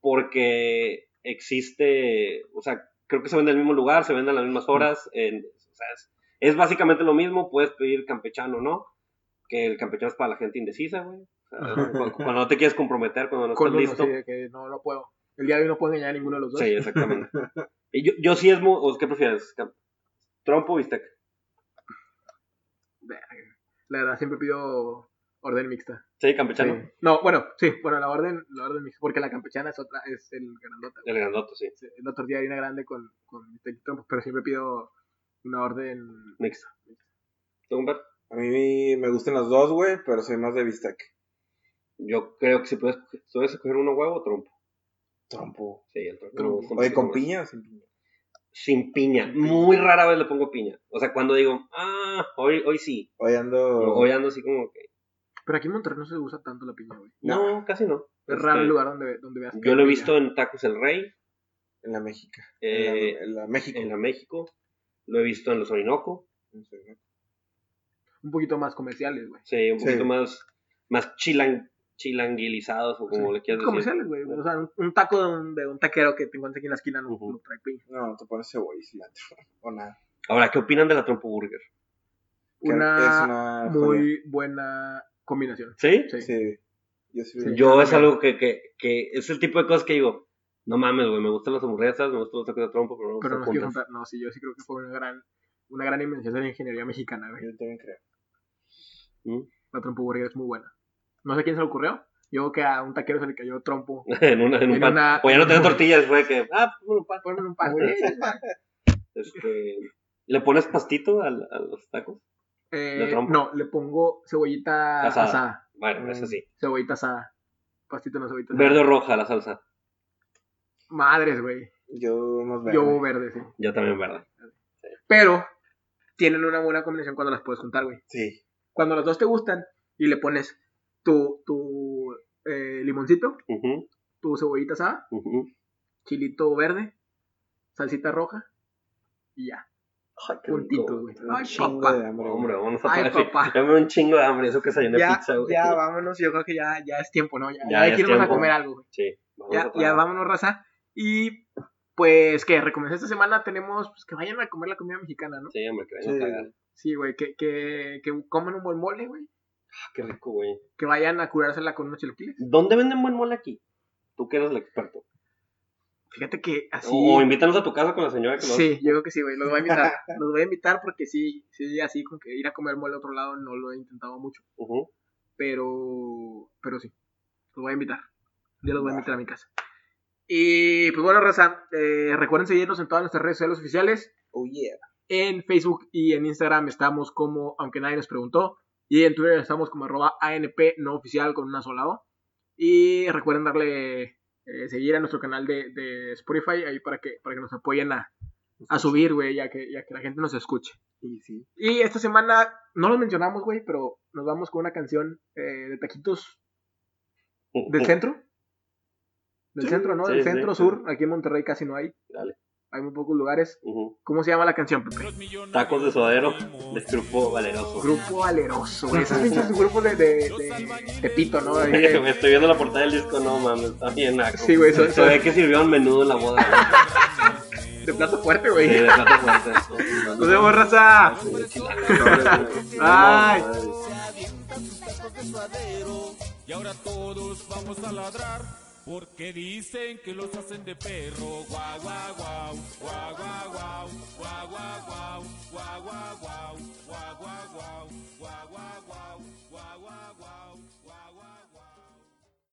[SPEAKER 1] porque existe, o sea, creo que se venden en el mismo lugar, se venden a las mismas horas. en- o sea, es, es básicamente lo mismo, puedes pedir campechano, ¿no? Que el campechano es para la gente indecisa, güey. O sea,
[SPEAKER 2] Ajá.
[SPEAKER 1] cuando, cuando no te quieres comprometer, cuando no
[SPEAKER 2] Con
[SPEAKER 1] estás
[SPEAKER 2] uno,
[SPEAKER 1] listo.
[SPEAKER 2] sí, de que no, no puedo. El día de hoy no puedo engañar a ninguno de los dos.
[SPEAKER 1] Sí, exactamente. Y yo, yo sí es, mu- o ¿qué prefieres? Cam- ¿Trompo o bistec?
[SPEAKER 2] Verga. La verdad, siempre pido orden mixta.
[SPEAKER 1] Sí,
[SPEAKER 2] Sí.
[SPEAKER 1] campechano.
[SPEAKER 2] No, bueno, sí, bueno, la orden, la orden mixta, porque la campechana es otra, es el grandota. güey.
[SPEAKER 1] El grandote, sí.
[SPEAKER 2] Sí, Es la tortilla de harina grande con, con bistec y trompo, pero siempre pido una orden.
[SPEAKER 1] Mixto. ¿Tú, Humberto?
[SPEAKER 3] A mí me gustan las dos, güey, pero soy más de bistec.
[SPEAKER 1] Yo creo que si puedes, si puedes escoger uno huevo o trompo.
[SPEAKER 3] Trompo.
[SPEAKER 1] Sí, el trompo.
[SPEAKER 2] Trompo.
[SPEAKER 1] Son
[SPEAKER 3] Oye, con
[SPEAKER 1] más-
[SPEAKER 3] piña o sin piña.
[SPEAKER 1] sin piña. Muy rara vez le pongo piña. O sea, cuando digo, ah, hoy, hoy sí.
[SPEAKER 3] Hoy
[SPEAKER 2] Oh.
[SPEAKER 3] ando.
[SPEAKER 1] Hoy ando así como que.
[SPEAKER 2] Pero aquí en Monterrey no se usa tanto la piña, güey.
[SPEAKER 1] No, casi no.
[SPEAKER 2] Es raro el
[SPEAKER 1] Este,
[SPEAKER 2] lugar donde, donde veas. que
[SPEAKER 1] Yo lo he
[SPEAKER 2] piña.
[SPEAKER 1] visto en Tacos el Rey,
[SPEAKER 3] En la México.
[SPEAKER 1] eh,
[SPEAKER 3] en, la, en la México.
[SPEAKER 1] en la México. Lo he visto en los Orinoco.
[SPEAKER 3] No sé, ¿no?
[SPEAKER 2] Un poquito más comerciales, güey.
[SPEAKER 1] Sí, un
[SPEAKER 3] Sí.
[SPEAKER 1] poquito más, más chilang, chilanguilizados o como
[SPEAKER 2] Sí,
[SPEAKER 1] le quieras decir.
[SPEAKER 2] comerciales, güey. O sea, un, un taco de un, de un taquero que te encuentras aquí en la esquina no,
[SPEAKER 1] Ujú.
[SPEAKER 2] no trae piña.
[SPEAKER 3] No, te pones cebolla y cilantro. O nada.
[SPEAKER 1] Ahora, ¿qué opinan de la trompo burger?
[SPEAKER 3] Que es
[SPEAKER 2] Una
[SPEAKER 3] una
[SPEAKER 2] muy buena combinación.
[SPEAKER 1] ¿Sí?
[SPEAKER 2] Sí.
[SPEAKER 3] joya. Sí. Yo sí,
[SPEAKER 2] Sí.
[SPEAKER 1] Yo
[SPEAKER 2] yo
[SPEAKER 1] es
[SPEAKER 2] también.
[SPEAKER 1] algo que, que, que es el tipo de cosas que digo. No mames, güey, me gustan las hamburguesas, me gustan los tacos de trompo, pero no me
[SPEAKER 2] Pero no
[SPEAKER 1] gustan
[SPEAKER 2] es que
[SPEAKER 1] juntas.
[SPEAKER 2] juntar- No, sí, yo sí creo que fue una gran, una gran invención de la ingeniería mexicana, güey.
[SPEAKER 3] yo también creo.
[SPEAKER 2] La trompo burger es muy buena. No sé quién se le ocurrió. Yo creo que a un taquero se le cayó trompo.
[SPEAKER 1] en, una, en un
[SPEAKER 2] En
[SPEAKER 1] pan.
[SPEAKER 2] una-
[SPEAKER 1] O ya no tenía tortillas, fue que, ah, bueno, pan.
[SPEAKER 2] Ponme un pan, güey.
[SPEAKER 1] Este, ¿Le pones pastito al- a, los tacos?
[SPEAKER 2] Eh,
[SPEAKER 1] De trompo.
[SPEAKER 2] no, le pongo cebollita
[SPEAKER 1] Asada.
[SPEAKER 2] asada.
[SPEAKER 1] Bueno,
[SPEAKER 3] Mm.
[SPEAKER 1] eso sí.
[SPEAKER 2] Cebollita asada. Pastito no cebollita asada.
[SPEAKER 1] Verde o roja la salsa.
[SPEAKER 2] Madres, güey.
[SPEAKER 3] Yo más verde.
[SPEAKER 2] Yo verde, sí.
[SPEAKER 1] Yo también verde.
[SPEAKER 2] Pero tienen una buena combinación cuando las puedes juntar, güey.
[SPEAKER 3] Sí.
[SPEAKER 2] Cuando las dos te gustan y le pones tu, tu eh, limoncito,
[SPEAKER 1] Ujú,
[SPEAKER 2] tu cebollita asada,
[SPEAKER 1] ujú.
[SPEAKER 2] chilito verde, salsita roja y ya.
[SPEAKER 1] Ay, qué
[SPEAKER 2] Puntitos,
[SPEAKER 1] rico.
[SPEAKER 2] güey.
[SPEAKER 3] Tengo
[SPEAKER 2] Ay,
[SPEAKER 3] un chingo
[SPEAKER 2] papá.
[SPEAKER 3] de hambre,
[SPEAKER 1] Hombre,
[SPEAKER 3] güey.
[SPEAKER 1] vamos a
[SPEAKER 2] Ay,
[SPEAKER 1] poner-
[SPEAKER 2] papá.
[SPEAKER 1] Dame un chingo de hambre, eso que salió de
[SPEAKER 2] Ya,
[SPEAKER 1] pizza, güey.
[SPEAKER 2] ya, vámonos. Yo creo que ya, ya es tiempo, ¿no? Ya,
[SPEAKER 1] Ya,
[SPEAKER 2] ya,
[SPEAKER 1] ya
[SPEAKER 2] hay
[SPEAKER 1] es
[SPEAKER 2] que irnos a
[SPEAKER 1] tiempo.
[SPEAKER 2] comer algo, güey.
[SPEAKER 1] Sí, vamos
[SPEAKER 2] Ya,
[SPEAKER 1] a
[SPEAKER 2] ya,
[SPEAKER 1] parar.
[SPEAKER 2] vámonos, raza. Y pues, que recomendé esta semana tenemos pues, que vayan a comer la comida mexicana, ¿no?
[SPEAKER 1] Sí, hombre, que venga
[SPEAKER 3] Sí.
[SPEAKER 1] a cagar.
[SPEAKER 2] Sí, güey, que, que, que coman un buen mole, güey.
[SPEAKER 1] Ah, qué rico, güey.
[SPEAKER 2] Que vayan a curársela con unos chilaquiles.
[SPEAKER 1] ¿Dónde venden buen mole aquí? Tú que eres el experto.
[SPEAKER 2] Fíjate que así.
[SPEAKER 1] O, o invítanos a tu casa con la señora que lo
[SPEAKER 2] Sí, yo creo que sí, güey. Los voy a invitar. los voy a invitar porque sí, sí, así con que ir a comer mole a otro lado no lo he intentado mucho.
[SPEAKER 1] Ujú.
[SPEAKER 2] Pero, pero sí. Los voy a invitar. Yo los voy a invitar a mi casa. Y pues bueno, Raza, eh, recuerden seguirnos en todas nuestras redes sociales oficiales.
[SPEAKER 3] Oh yeah.
[SPEAKER 2] En Facebook y en Instagram estamos como Aunque Nadie Nos Preguntó. Y en Twitter estamos como arroba ANP no oficial con una sola O. Y recuerden darle eh, seguir a nuestro canal de, de Spotify ahí para que, para que nos apoyen a, a subir, güey, ya que, ya que la gente nos escuche.
[SPEAKER 3] Y sí.
[SPEAKER 2] Y esta semana no lo mencionamos, güey, pero nos vamos con una canción eh, de Taquitos del centro. Del
[SPEAKER 1] Oh. Sí,
[SPEAKER 2] centro, ¿no?
[SPEAKER 1] sí,
[SPEAKER 2] del
[SPEAKER 1] sí,
[SPEAKER 2] centro
[SPEAKER 1] sí.
[SPEAKER 2] sur. Aquí en Monterrey casi no hay.
[SPEAKER 1] Dale.
[SPEAKER 2] Hay muy pocos lugares.
[SPEAKER 1] Ujú.
[SPEAKER 2] ¿Cómo se llama la canción, Pepe?
[SPEAKER 1] Tacos de sodero del grupo Valeroso.
[SPEAKER 2] Grupo Aleroso, güey. Esos pinches grupos de, de, de Tepito, ¿no? Ahí
[SPEAKER 1] Oye,
[SPEAKER 2] de-
[SPEAKER 1] güey, estoy viendo la portada del disco, no mames, está bien naco.
[SPEAKER 2] Sí, güey, soy-
[SPEAKER 1] Se ve que sirvieron menudo en la boda. güey.
[SPEAKER 2] de plato fuerte,
[SPEAKER 1] Sí,
[SPEAKER 2] güey.
[SPEAKER 1] de plato fuerte.
[SPEAKER 2] Nos vemos, raza. Ay.
[SPEAKER 4] se avientan sus tacos de suadero y ahora todos vamos a ladrar porque dicen que los hacen de perro. Guau, guau, guau, guau, guau, guau, guau, guau, guau, guau, guau, guau, guau, guau, guau, guau, guau, guau, guau, guau.